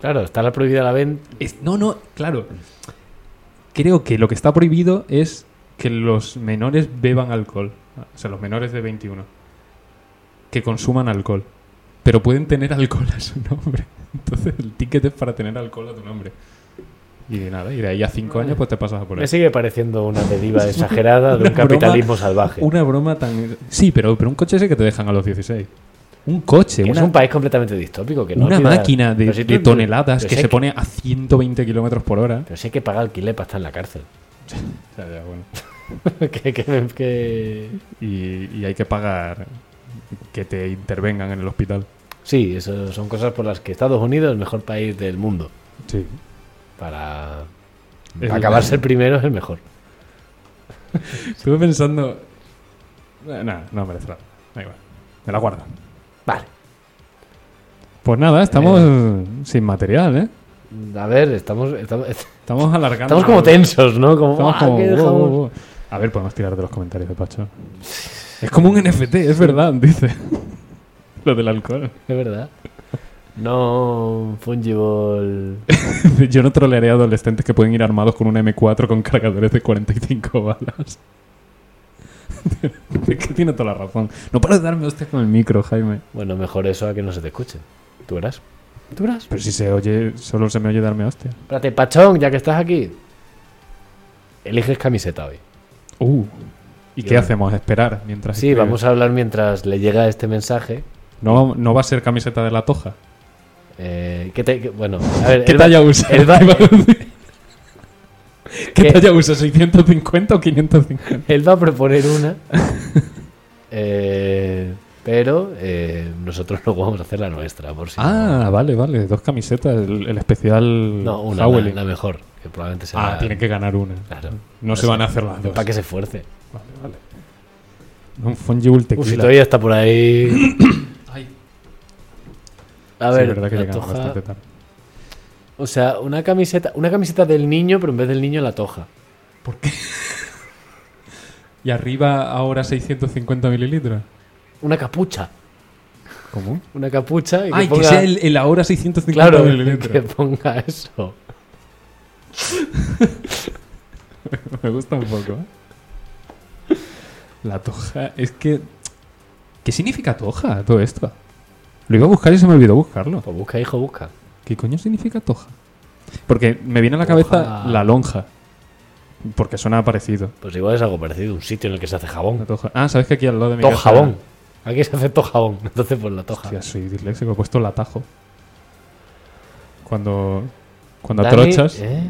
[SPEAKER 1] Claro, está la prohibida la venta.
[SPEAKER 2] Es- no, no, claro. Creo que lo que está prohibido es que los menores beban alcohol. O sea, los menores de 21. Que consuman alcohol. Pero pueden tener alcohol a su nombre. Entonces el ticket es para tener alcohol a tu nombre. Y de nada, y de ahí a cinco años pues te pasas a por
[SPEAKER 1] Me
[SPEAKER 2] ahí.
[SPEAKER 1] sigue pareciendo una deriva exagerada de
[SPEAKER 2] Una
[SPEAKER 1] un capitalismo
[SPEAKER 2] broma-
[SPEAKER 1] salvaje.
[SPEAKER 2] Una broma tan... Sí, pero, pero un coche ese que te dejan a los 16. Un coche,
[SPEAKER 1] Que
[SPEAKER 2] una,
[SPEAKER 1] Es un país completamente distópico. Que no
[SPEAKER 2] una
[SPEAKER 1] olvida-
[SPEAKER 2] máquina de,
[SPEAKER 1] Pero si tú-
[SPEAKER 2] de toneladas
[SPEAKER 1] pero
[SPEAKER 2] que
[SPEAKER 1] si
[SPEAKER 2] se
[SPEAKER 1] hay
[SPEAKER 2] pone a 120 kilómetros por hora.
[SPEAKER 1] Pero si hay que pagar alquiler para estar en la cárcel.
[SPEAKER 2] Ya, ya, bueno.
[SPEAKER 1] que, que- que-
[SPEAKER 2] y, y hay que pagar que te intervengan en el hospital.
[SPEAKER 1] Sí, eso son cosas por las que Estados Unidos es el mejor país del mundo.
[SPEAKER 2] Sí.
[SPEAKER 1] Para
[SPEAKER 2] Es
[SPEAKER 1] acabarse el primero es el mejor.
[SPEAKER 2] Estuve pensando. Eh, Nada, no merece la pena. Da igual. Me la guardo.
[SPEAKER 1] Vale.
[SPEAKER 2] Pues nada, estamos sin material, ¿eh?
[SPEAKER 1] A ver, estamos, estamos,
[SPEAKER 2] Estamos alargando.
[SPEAKER 1] estamos como tensos, ¿no? Como,
[SPEAKER 2] Estamos
[SPEAKER 1] "Ah,
[SPEAKER 2] como,
[SPEAKER 1] ¿qué
[SPEAKER 2] wow,
[SPEAKER 1] dejamos?".
[SPEAKER 2] wow, wow. A ver, podemos tirar de los comentarios de Pacho. Es como un NFT, es verdad, dice. Lo del alcohol.
[SPEAKER 1] Es verdad. No fungible.
[SPEAKER 2] Yo no trolearé a adolescentes que pueden ir armados con una M4 con cargadores de 45 balas. es que tiene toda la razón. No para de darme hostias con el micro, Jaime.
[SPEAKER 1] Bueno, mejor eso a que no se te escuche. Tú verás. Tú verás.
[SPEAKER 2] Pero si se oye, solo se me oye darme hostias.
[SPEAKER 1] Espérate, Pachón, ya que estás aquí. Eliges camiseta hoy.
[SPEAKER 2] Uh. ¿Y qué
[SPEAKER 1] Yo-
[SPEAKER 2] hacemos? ¿Esperar mientras
[SPEAKER 1] Sí,
[SPEAKER 2] escribes?
[SPEAKER 1] vamos a hablar mientras le llega este mensaje.
[SPEAKER 2] No, no va a ser camiseta de la toja.
[SPEAKER 1] Eh, ¿qué te- qué- bueno, a ver,
[SPEAKER 2] ¿Qué
[SPEAKER 1] él va-
[SPEAKER 2] talla usa?
[SPEAKER 1] el va-
[SPEAKER 2] Iba a decir. ¿Qué
[SPEAKER 1] ¿Qué?
[SPEAKER 2] talla usa? ¿650 o 550?
[SPEAKER 1] él va a proponer una. Eh, pero eh, nosotros luego vamos a hacer la nuestra, por si. no-
[SPEAKER 2] Ah, vale, vale. Dos camisetas. El, el especial
[SPEAKER 1] no, una, la,
[SPEAKER 2] Howling.
[SPEAKER 1] la mejor. Que probablemente será.
[SPEAKER 2] Ah, tiene que Pues ganar una.
[SPEAKER 1] Claro.
[SPEAKER 2] No se van a hacer las dos.
[SPEAKER 1] Para que se esfuerce.
[SPEAKER 2] Vale, vale. Un fungible
[SPEAKER 1] Uf, si
[SPEAKER 2] tequila.
[SPEAKER 1] todavía está por ahí.
[SPEAKER 2] Ay.
[SPEAKER 1] A
[SPEAKER 2] Sí,
[SPEAKER 1] ver,
[SPEAKER 2] es verdad que
[SPEAKER 1] la
[SPEAKER 2] llegan
[SPEAKER 1] toja-
[SPEAKER 2] bastante tarde.
[SPEAKER 1] O sea, una camiseta, una camiseta del niño, pero en vez del niño la toja.
[SPEAKER 2] Y arriba ahora 650 mililitros.
[SPEAKER 1] Una capucha.
[SPEAKER 2] ¿Cómo?
[SPEAKER 1] Una capucha y que
[SPEAKER 2] Ay,
[SPEAKER 1] ponga.
[SPEAKER 2] que sea el, el ahora 650
[SPEAKER 1] Claro,
[SPEAKER 2] mililitros.
[SPEAKER 1] que ponga eso.
[SPEAKER 2] Me gusta un poco. ¿eh? La toja. Es que. ¿Qué significa toja todo esto? Lo iba a buscar y se me olvidó buscarlo.
[SPEAKER 1] Pues busca, hijo, busca.
[SPEAKER 2] ¿Qué coño significa toja? Porque me viene a la cabeza
[SPEAKER 1] Toja.
[SPEAKER 2] la lonja. Porque suena parecido.
[SPEAKER 1] Pues igual es algo parecido, un sitio en el que se hace
[SPEAKER 2] La
[SPEAKER 1] jabón.
[SPEAKER 2] toja. Ah, ¿sabes que aquí al lado de mi casa-
[SPEAKER 1] Tojabón. Aquí se hace tojabón. Entonces, pues la toja.
[SPEAKER 2] Hostia, soy disléxico. He puesto el atajo. Cuando. Cuando
[SPEAKER 1] Dani-
[SPEAKER 2] trochas.
[SPEAKER 1] ¿eh?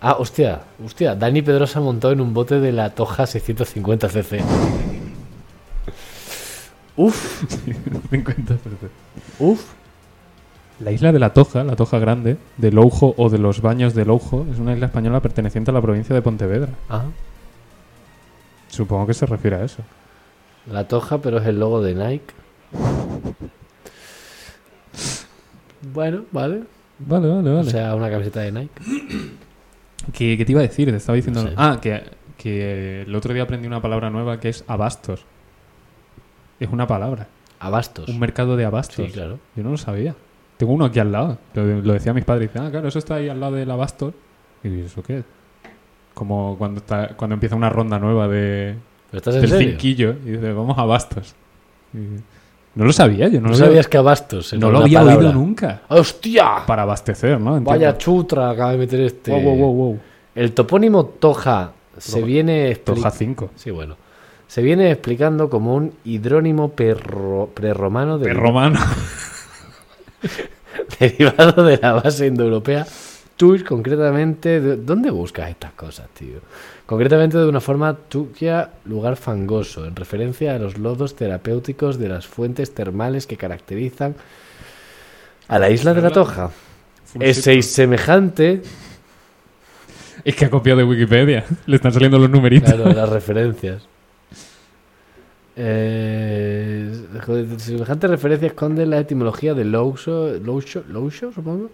[SPEAKER 1] Ah, hostia, hostia. Dani Pedrosa montó en un bote de la Toja 650cc. Uf,
[SPEAKER 2] 50 veces.
[SPEAKER 1] uf.
[SPEAKER 2] La isla de La Toja, La Toja Grande, de Loujo o de los Baños de Loujo, es una isla española perteneciente a la provincia de Pontevedra.
[SPEAKER 1] Ah,
[SPEAKER 2] Supongo que se refiere a eso.
[SPEAKER 1] la Toja, pero es el logo de Nike. Bueno, vale.
[SPEAKER 2] Vale, vale,
[SPEAKER 1] O
[SPEAKER 2] vale.
[SPEAKER 1] sea, una camiseta de Nike.
[SPEAKER 2] ¿Qué, qué te iba a decir? Te estaba diciendo...
[SPEAKER 1] No sé.
[SPEAKER 2] Ah, que, que el otro día aprendí una palabra nueva que es abastos. Es una palabra.
[SPEAKER 1] Abastos.
[SPEAKER 2] Un mercado de abastos.
[SPEAKER 1] Pues Sí, claro.
[SPEAKER 2] Yo no lo sabía. Tengo uno aquí al lado. Lo, lo decía a mis padres. Dicen, ah, claro, eso está ahí al lado del abastos. Y dices, ¿eso qué es? Como cuando, está, cuando empieza una ronda nueva de,
[SPEAKER 1] ¿Pero estás en
[SPEAKER 2] del
[SPEAKER 1] serio?
[SPEAKER 2] cinquillo. Y dice, vamos a abastos. Y- no lo sabía, yo no,
[SPEAKER 1] No
[SPEAKER 2] lo había,
[SPEAKER 1] sabías que abastos era
[SPEAKER 2] no lo
[SPEAKER 1] una
[SPEAKER 2] había
[SPEAKER 1] palabra?
[SPEAKER 2] oído nunca.
[SPEAKER 1] ¡Hostia!
[SPEAKER 2] Para abastecer, ¿no? Entiendo.
[SPEAKER 1] Vaya chutra acaba de meter este.
[SPEAKER 2] Wow, wow, wow, wow.
[SPEAKER 1] El topónimo Toja se
[SPEAKER 2] Toja-
[SPEAKER 1] viene expli-
[SPEAKER 2] Toja 5.
[SPEAKER 1] Sí, bueno. Se viene explicando como un hidrónimo perro- prerromano de-
[SPEAKER 2] Romano.
[SPEAKER 1] derivado de la base indoeuropea Tush, concretamente. de- ¿Dónde buscas estas cosas, tío? Concretamente de una forma tuquia, lugar fangoso, en referencia a los lodos terapéuticos de las fuentes termales que caracterizan a la isla de la Toja. Es y semejante,
[SPEAKER 2] Es que ha copiado de Wikipedia. Le están saliendo los numeritos.
[SPEAKER 1] Claro, las referencias. Eh, joder, semejante referencia esconde la etimología de Louso, Louso, Louso, supongo.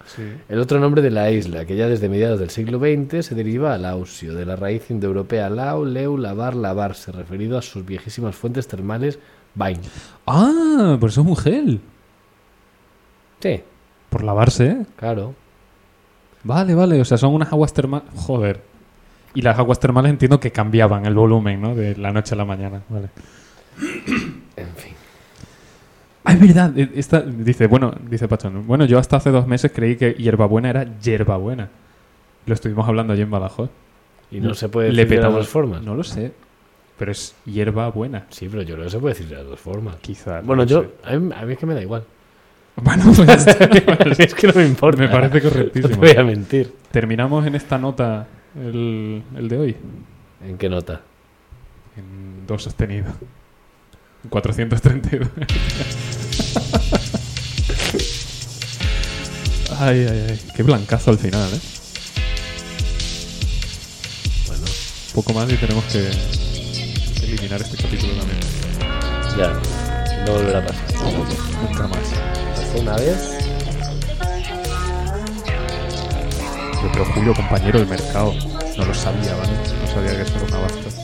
[SPEAKER 1] El otro nombre de la isla, que ya desde mediados del siglo XX se deriva a lausio, de la raíz indoeuropea lau, leu, lavar, lavarse, referido a sus viejísimas fuentes termales bain.
[SPEAKER 2] Ah, por eso es un gel.
[SPEAKER 1] Sí,
[SPEAKER 2] Por lavarse, ¿eh?
[SPEAKER 1] claro.
[SPEAKER 2] Vale, vale. O sea, son unas aguas termales. Joder. Y las aguas termales entiendo que cambiaban el volumen, ¿no? De la noche a la mañana. Vale.
[SPEAKER 1] En fin.
[SPEAKER 2] Ah, es verdad. eh, Esta, dice, bueno, dice Pachón. Bueno, yo hasta hace dos meses creí que hierbabuena era hierbabuena. Lo estuvimos hablando allí en Badajoz.
[SPEAKER 1] Y no se puede
[SPEAKER 2] Le
[SPEAKER 1] decir de las
[SPEAKER 2] petamos-
[SPEAKER 1] dos formas.
[SPEAKER 2] No lo sé. Pero es hierbabuena.
[SPEAKER 1] Sí, pero yo creo que se puede decir de las dos formas.
[SPEAKER 2] Quizá.
[SPEAKER 1] Bueno,
[SPEAKER 2] no
[SPEAKER 1] yo,
[SPEAKER 2] sé.
[SPEAKER 1] a mí, a mí es que me da igual.
[SPEAKER 2] Bueno, pues está bien.
[SPEAKER 1] es que no me importa.
[SPEAKER 2] Me parece
[SPEAKER 1] No te
[SPEAKER 2] correctísimo.
[SPEAKER 1] voy a mentir.
[SPEAKER 2] Terminamos en esta nota el, el de hoy?
[SPEAKER 1] ¿En qué nota?
[SPEAKER 2] En dos sostenido. En 432. ay, ay, ay. Qué blancazo al final, ¿eh?
[SPEAKER 1] Bueno,
[SPEAKER 2] Poco más y tenemos que eliminar este capítulo también.
[SPEAKER 1] ya. No volverá a pasar.
[SPEAKER 2] Nunca más.
[SPEAKER 1] Pasó una vez.
[SPEAKER 2] Yo, pero Julio, compañero del mercado, no lo sabía, ¿vale? No sabía que eso era una basta.